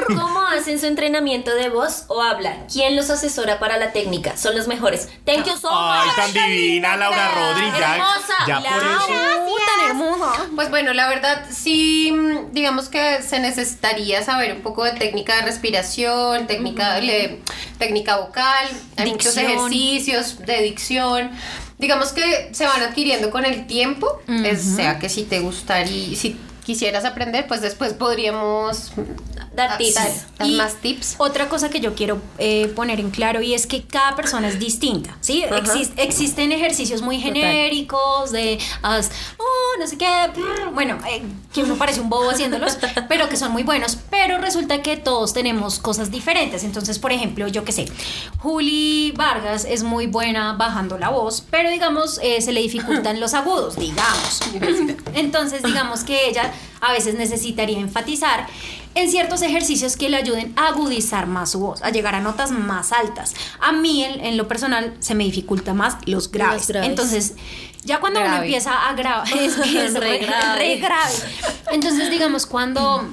S2: ¿Cómo hacen su entrenamiento de voz o habla? ¿Quién los asesora para la técnica? Son los mejores. Thank you so
S5: Ay,
S2: much.
S5: tan divina Laura Rodríguez. Ya,
S2: Hermosa.
S5: ya por eso.
S6: Uh, tan hermoso.
S4: Pues bueno, la verdad sí, mm, digamos que se necesitaría saber un poco de técnica de respiración, técnica, le- técnica vocal, hay muchos
S6: Dicción.
S4: ejercicios de dicción. Digamos que se van adquiriendo con el tiempo, es- sea que si te gustaría, si quisieras aprender, pues después podríamos mm,
S2: Dar tips.
S4: Dar
S6: Y
S4: más tips.
S6: Otra cosa que yo quiero eh, poner en claro y es que cada persona es distinta, ¿sí? Exis- existen ejercicios muy genéricos de, haz, "Oh, no sé qué, brr", bueno, eh, que uno parece un bobo
S4: <laughs>
S6: haciéndolos, pero que son muy buenos, pero resulta que todos tenemos cosas diferentes. Entonces, por ejemplo, yo qué sé, Juli Vargas es muy buena bajando la voz, pero digamos, eh, se le
S4: <laughs>
S6: dificultan los agudos, digamos. Entonces, digamos que ella a veces necesitaría enfatizar en ciertos ejercicios que le ayuden a agudizar más su voz, a llegar a notas más altas. A mí, en, en lo personal, se me dificulta más los graves.
S2: graves.
S6: Entonces, ya cuando uno
S4: Grave.
S6: empieza a grabar, <laughs> es, que
S2: <laughs>
S6: es
S2: Re
S6: re,
S2: grave.
S6: re grave. Entonces, digamos, cuando...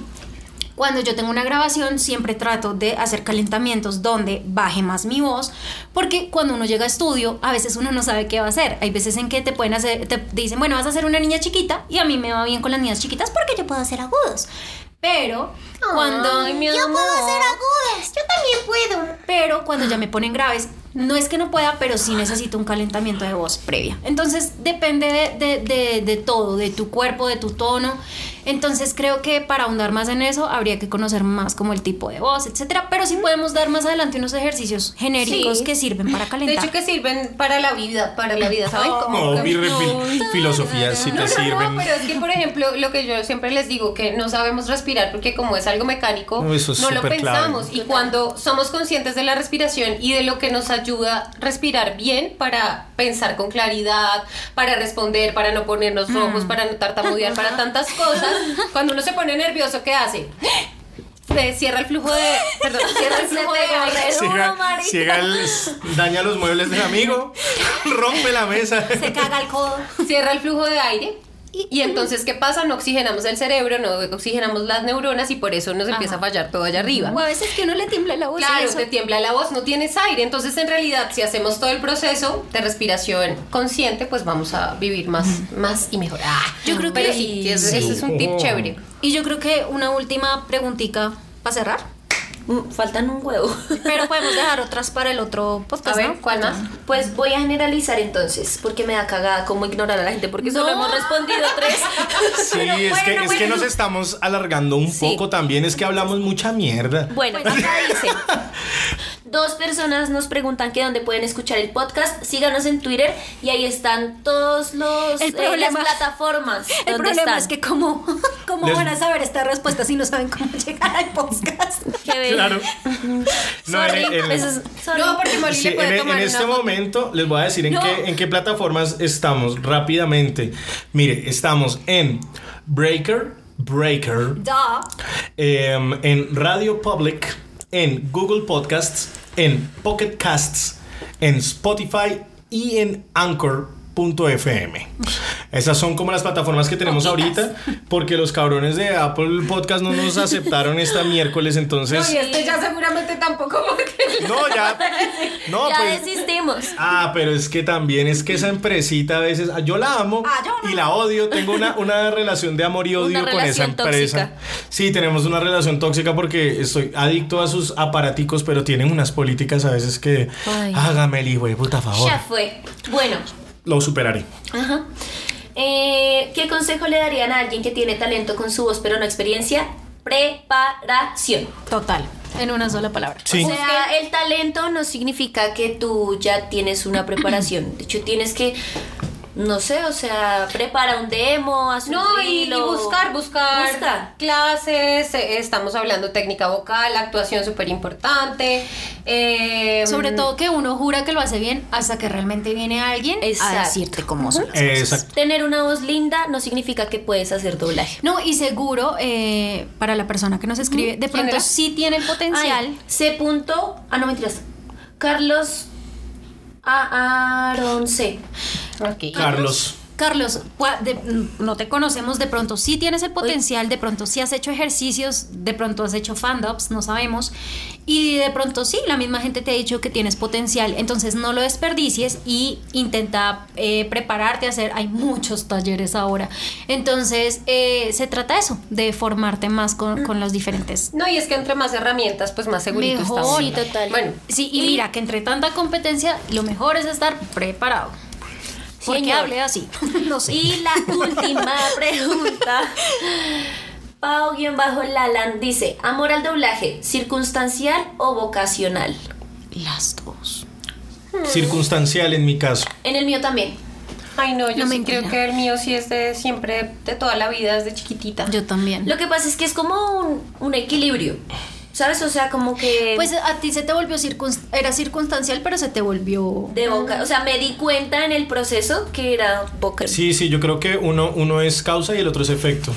S6: Cuando yo tengo una grabación siempre trato de hacer calentamientos donde baje más mi voz, porque cuando uno llega a estudio a veces uno no sabe qué va a hacer. Hay veces en que te pueden hacer, te dicen, bueno, vas a hacer una niña chiquita y a mí me va bien con las niñas chiquitas porque yo puedo hacer agudos. Pero cuando
S2: Ay, mi amor.
S6: agudos, yo también puedo. Pero cuando ya me ponen graves, no es que no pueda, pero sí necesito un calentamiento de voz previa. Entonces depende de, de- de- de todo, de tu cuerpo, de tu tono. Entonces creo que para ahondar más en eso habría que conocer más como el tipo de voz, etcétera. Pero sí podemos dar más adelante unos ejercicios genéricos
S4: Sí.
S6: que sirven <laughs> para
S4: De
S6: calentar.
S4: hecho que sirven para la vida, para la vida, ¿saben? Como
S5: No, "Oh, mi
S4: que-
S5: refil- filosofía Pues sí te
S4: No, no,
S5: sirven.
S4: no, pero es que, por ejemplo, lo que yo siempre les digo, que no sabemos respirar porque como es algo mecánico,
S5: No, eso es
S4: no lo
S5: súper clave.
S4: pensamos. Y cuando somos conscientes de la respiración y de lo que nos ayuda a respirar bien para pensar con claridad, para responder, para no ponernos rojos, para no tartamudear, para tantas cosas, cuando uno se pone nervioso, ¿qué hace? Se cierra el flujo de... Perdón, cierra el flujo de aire.
S5: Ciega, ciega el- daña los muebles del
S4: <laughs>
S5: amigo, rompe la mesa.
S6: se caga el codo.
S4: cierra el flujo de aire. Y, y entonces, ¿qué pasa? No oxigenamos el cerebro, no oxigenamos las neuronas y por eso nos empieza a fallar todo allá arriba.
S6: O a veces que uno le tiembla la voz. y
S4: Claro,
S6: eso.
S4: te tiembla la voz, no tienes aire. Entonces, en realidad, si hacemos todo el proceso de respiración consciente, pues vamos a vivir más, más y mejor. Ah,
S6: Yo creo
S4: pero
S6: que-
S4: sí, sí, ese, ese es un tip chévere.
S6: Y yo creo que una última preguntita para cerrar.
S2: Mm, Faltan un huevo.
S6: <laughs> Pero podemos dejar otras para el otro
S4: A
S6: podcast,
S4: ver,
S6: ¿no?
S4: ¿cuál más?
S2: Pues voy a generalizar entonces, porque me da cagada cómo ignorar a la gente, porque solo
S6: No.
S2: hemos respondido tres.
S5: <laughs> Sí, es, que, es que nos estamos alargando un poco también, es que hablamos mucha mierda.
S2: Bueno, acá dice. Dos personas nos preguntan que dónde pueden escuchar el podcast. Síganos en Twitter y ahí están todos los eh,
S6: El problema-
S2: las plataformas.
S6: <laughs> El
S2: donde
S6: problema
S2: están.
S6: es que cómo, <laughs> cómo
S5: Les-
S6: van a saber esta respuesta si no saben cómo <laughs> llegar al podcast.
S2: Qué bello.
S5: Claro. No, en-
S2: Sorry,
S5: en-
S2: eso es- sorry.
S4: No, porque Molly
S5: Sí,
S4: le
S5: en,
S4: puede
S5: en
S4: tomar una
S5: este
S4: foto.
S5: momento les voy a decir en,
S2: No.
S5: qué, en qué plataformas estamos rápidamente. Mire, estamos en Breaker, Breaker,
S6: Ya.
S5: em, en Radio Public, en Google Podcasts, en Pocket Casts, en Spotify y en Anchor.fm. Esas son como las plataformas que tenemos ahorita, porque los cabrones de Apple Podcast no nos aceptaron esta miércoles,
S4: No, y
S5: entonces...
S4: este ya seguramente tampoco porque... <laughs>
S5: No, ya... No,
S2: ya
S5: pues...
S2: desistimos.
S5: Ah, pero es que también es que esa empresita a veces, ah, yo la amo y la odio, tengo una,
S2: <laughs>
S5: una relación de amor y odio con esa
S2: relación
S5: empresa.
S2: tóxica.
S5: Sí, tenemos una relación tóxica porque estoy adicto a sus aparaticos, pero tienen unas políticas a veces que hágame el hijo, de puta favor.
S2: Ya fue. Bueno,
S5: Lo superaré.
S2: ajá. Eh, ¿Qué consejo le darían a alguien que tiene talento con su voz pero no experiencia? Preparación.
S6: Total, en una sola palabra.
S5: Sí.
S2: O sea, el talento no significa que tú ya tienes
S4: <clears throat>
S2: una preparación. De hecho, tienes que, no sé, o sea, prepara un demo, haz un
S4: No, y, y
S2: reel o-
S4: buscar, buscar
S2: Busca.
S4: clases, eh, estamos hablando técnica vocal, actuación súper importante. eh,
S6: Sobre todo que uno jura que lo hace bien hasta que realmente viene alguien
S2: Exacto.
S6: a decirte cómo son las cosas.
S5: Eh, Exacto.
S2: Tener una voz linda no significa que puedes hacer doblaje.
S6: No, y seguro eh, para la persona que nos escribe, de pronto
S4: ¿Quién era?
S6: sí tiene el potencial.
S2: Ay, C. Punto, ah, no mentiras. Carlos Aaron C.
S4: Ok.
S5: Carlos.
S6: Carlos, cua- de- mm, no te conocemos, de pronto sí tienes el potencial, de pronto sí has hecho ejercicios, de pronto has hecho fan-ups, no sabemos, y de pronto sí, la misma gente te ha dicho que tienes potencial, entonces no lo desperdicies y intenta eh, prepararte a hacer, hay muchos talleres ahora, entonces eh, se trata de eso, de formarte más con, con los diferentes.
S4: No, y es que entre más herramientas, pues más segurito
S6: Mejor.
S4: está uno.
S6: Sí,
S2: total.
S4: Bueno,
S6: Sí, y mira que entre tanta competencia, lo mejor es estar preparado. Porque <laughs>
S2: Señor. <laughs>
S6: hable así.
S2: Y la última pregunta Pau-Lalan dice, amor al doblaje, circunstancial o vocacional.
S1: Las dos.
S2: Hmm.
S5: Circunstancial en mi caso.
S2: En el mío también.
S4: Ay, no, yo
S6: No,
S4: sí
S6: mentira.
S4: creo que el mío sí es de siempre, de toda la vida, desde chiquitita.
S6: Yo también.
S2: Lo que pasa es que es como un, un equilibrio, ¿sabes? O sea, como que...
S6: Pues a ti se te volvió circun- era circunstancial, pero se te volvió
S2: de boca, o sea, me di cuenta en el proceso que era vocal.
S5: Sí, sí, yo creo que uno, uno es causa y el otro es efecto.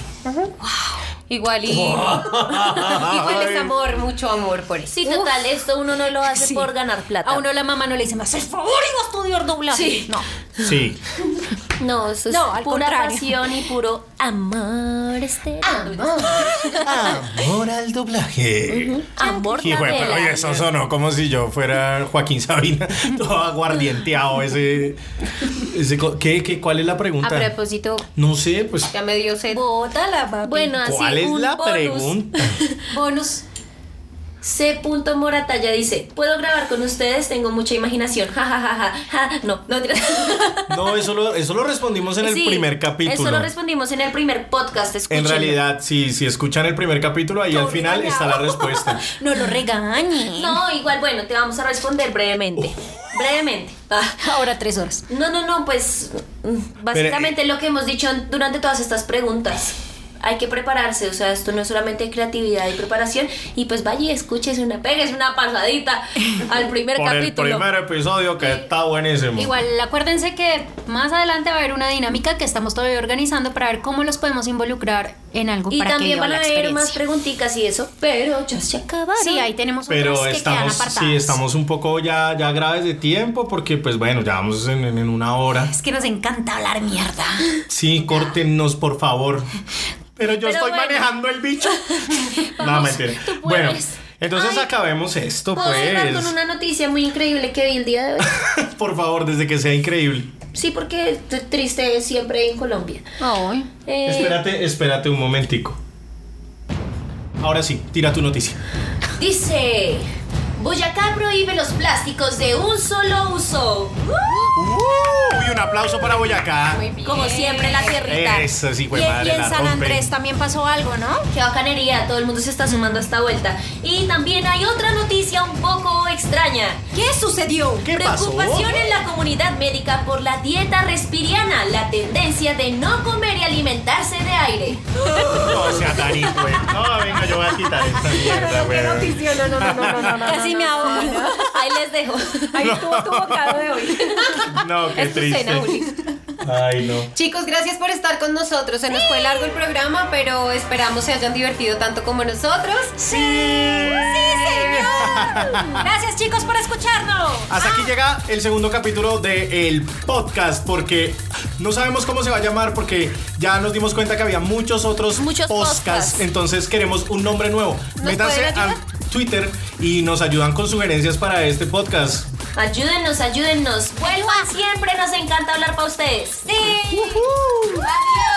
S4: Igual
S5: <laughs>
S4: y... Igual es amor, mucho amor por eso.
S2: Sí, total, esto uno no lo hace
S6: Sí.
S2: por ganar plata.
S6: A uno la mamá no le dice más, el favor y vas a estudiar doblaje.
S2: Sí.
S6: No.
S2: <laughs>
S5: Sí.
S2: No, eso es
S6: No, al
S2: pura
S6: contrario.
S2: pasión y puro amor. Este
S9: Amor al doblaje.
S2: amor
S5: Y bueno, pero oye,
S2: Tabela.
S5: eso sonó como si yo fuera Joaquín Sabina,
S2: <laughs>
S5: todo aguardienteado ese... ese co- ¿qué, qué, ¿Cuál es la
S4: A
S5: pregunta?
S4: propósito,
S5: No sé, pues...
S4: ya me dio sed.
S6: Bótala, papi.
S2: Bueno, así
S5: ¿Cuál es
S2: un
S5: la
S2: bonus.
S5: pregunta?
S2: <laughs>
S6: bonus.
S2: C. Moratalla dice, ¿puedo grabar con ustedes? Tengo mucha imaginación. Ja, ja, ja, ja, ja. No, no. tira-
S5: No, eso lo, eso lo respondimos <laughs> en el
S2: Sí,
S5: primer capítulo.
S2: Eso lo respondimos en el primer podcast.
S5: en
S2: escúchenlo.
S5: realidad, sí, si escuchan el primer capítulo, ahí al final está la
S2: <laughs>
S5: respuesta.
S6: No lo regañe.
S2: No, igual, bueno, te vamos a responder
S5: <laughs>
S2: brevemente. Brevemente. Ah.
S6: <laughs> Ahora tres horas.
S2: No, no, no, pues mm, básicamente
S5: eh,
S2: lo que hemos dicho en- durante todas estas preguntas. Hay que prepararse, o sea, esto no es solamente creatividad y preparación. Y pues vaya, y escúchese una, pegues una pasadita
S5: <laughs>
S2: al primer
S5: Por el
S2: capítulo.
S5: primer episodio que está buenísimo.
S6: Igual, acuérdense que más adelante va a haber una dinámica que estamos todavía organizando para ver cómo los podemos involucrar en algo
S2: y
S6: para que
S2: también van
S6: vivan la
S2: a haber
S6: experiencia. Pues
S2: más preguntitas y eso, pero ya se acabaron.
S6: Sí, ahí tenemos
S5: Pero
S6: otras que
S5: estamos,
S6: quedan apartadas.
S5: sí, estamos un poco ya, ya graves de tiempo porque, pues bueno, ya vamos en, en- en una hora.
S6: Es que nos encanta hablar mierda.
S5: Sí, córtenos, por favor. Pero yo estoy
S2: bueno.
S5: manejando el bicho. no, mentira.
S2: tú puedes.
S5: Bueno, entonces
S2: Ay.
S5: acabemos esto,
S2: Puedo cerrar con
S5: pues.
S2: una noticia muy increíble que vi el día de hoy.
S5: <laughs> por favor, desde que sea increíble.
S2: Sí, porque t- triste es siempre en Colombia.
S6: Ay.
S2: Eh,
S5: Espérate, espérate un momentico. Ahora sí, tira tu noticia.
S2: Dice, Boyacá prohíbe los plásticos de un solo uso.
S6: Uh,
S5: Uy, ¡Uh! un aplauso para Boyacá.
S2: Como siempre, la tierrita.
S5: Eso sí,
S6: Y,
S5: fue
S6: y
S5: madre,
S6: en
S5: la
S6: San
S5: rompen.
S6: Andrés también pasó algo, ¿no?
S2: Qué bacanería, todo el mundo se está sumando a esta vuelta. Y también hay otra noticia un poco extraña.
S6: ¿Qué sucedió?
S5: ¿Qué pasó?
S2: Preocupación en la comunidad médica por la dieta respiriana, la tendencia de no comer y alimentarse de aire.
S5: No sea tan hijo de- No, venga, yo voy a quitar esta mierda, güey.
S6: Casi me ahogo.
S2: Ahí les dejo.
S4: Ahí estuvo tu bocado de hoy.
S5: <laughs> No, qué
S4: Es tu
S5: triste.
S4: cena, Ulises.
S5: Ay, no.
S4: Chicos, gracias por estar con nosotros. Se nos fue largo el programa, pero esperamos se hayan divertido tanto como nosotros.
S5: ¡Sí! señor!
S6: Gracias chicos por escucharnos.
S5: Hasta aquí llega el segundo capítulo del podcast porque no sabemos cómo se va a llamar porque ya nos dimos cuenta que había muchos otros
S2: Muchos
S5: podcasts,
S2: podcasts.
S5: entonces queremos un nombre nuevo.
S4: ¿Nos
S5: Métanse
S4: pueden
S5: a
S4: ayudar?
S5: Twitter y nos ayudan con sugerencias para este podcast.
S2: Ayúdennos, ayúdennos. Vuelvan siempre, nos encanta hablar para ustedes. Sí. Adiós.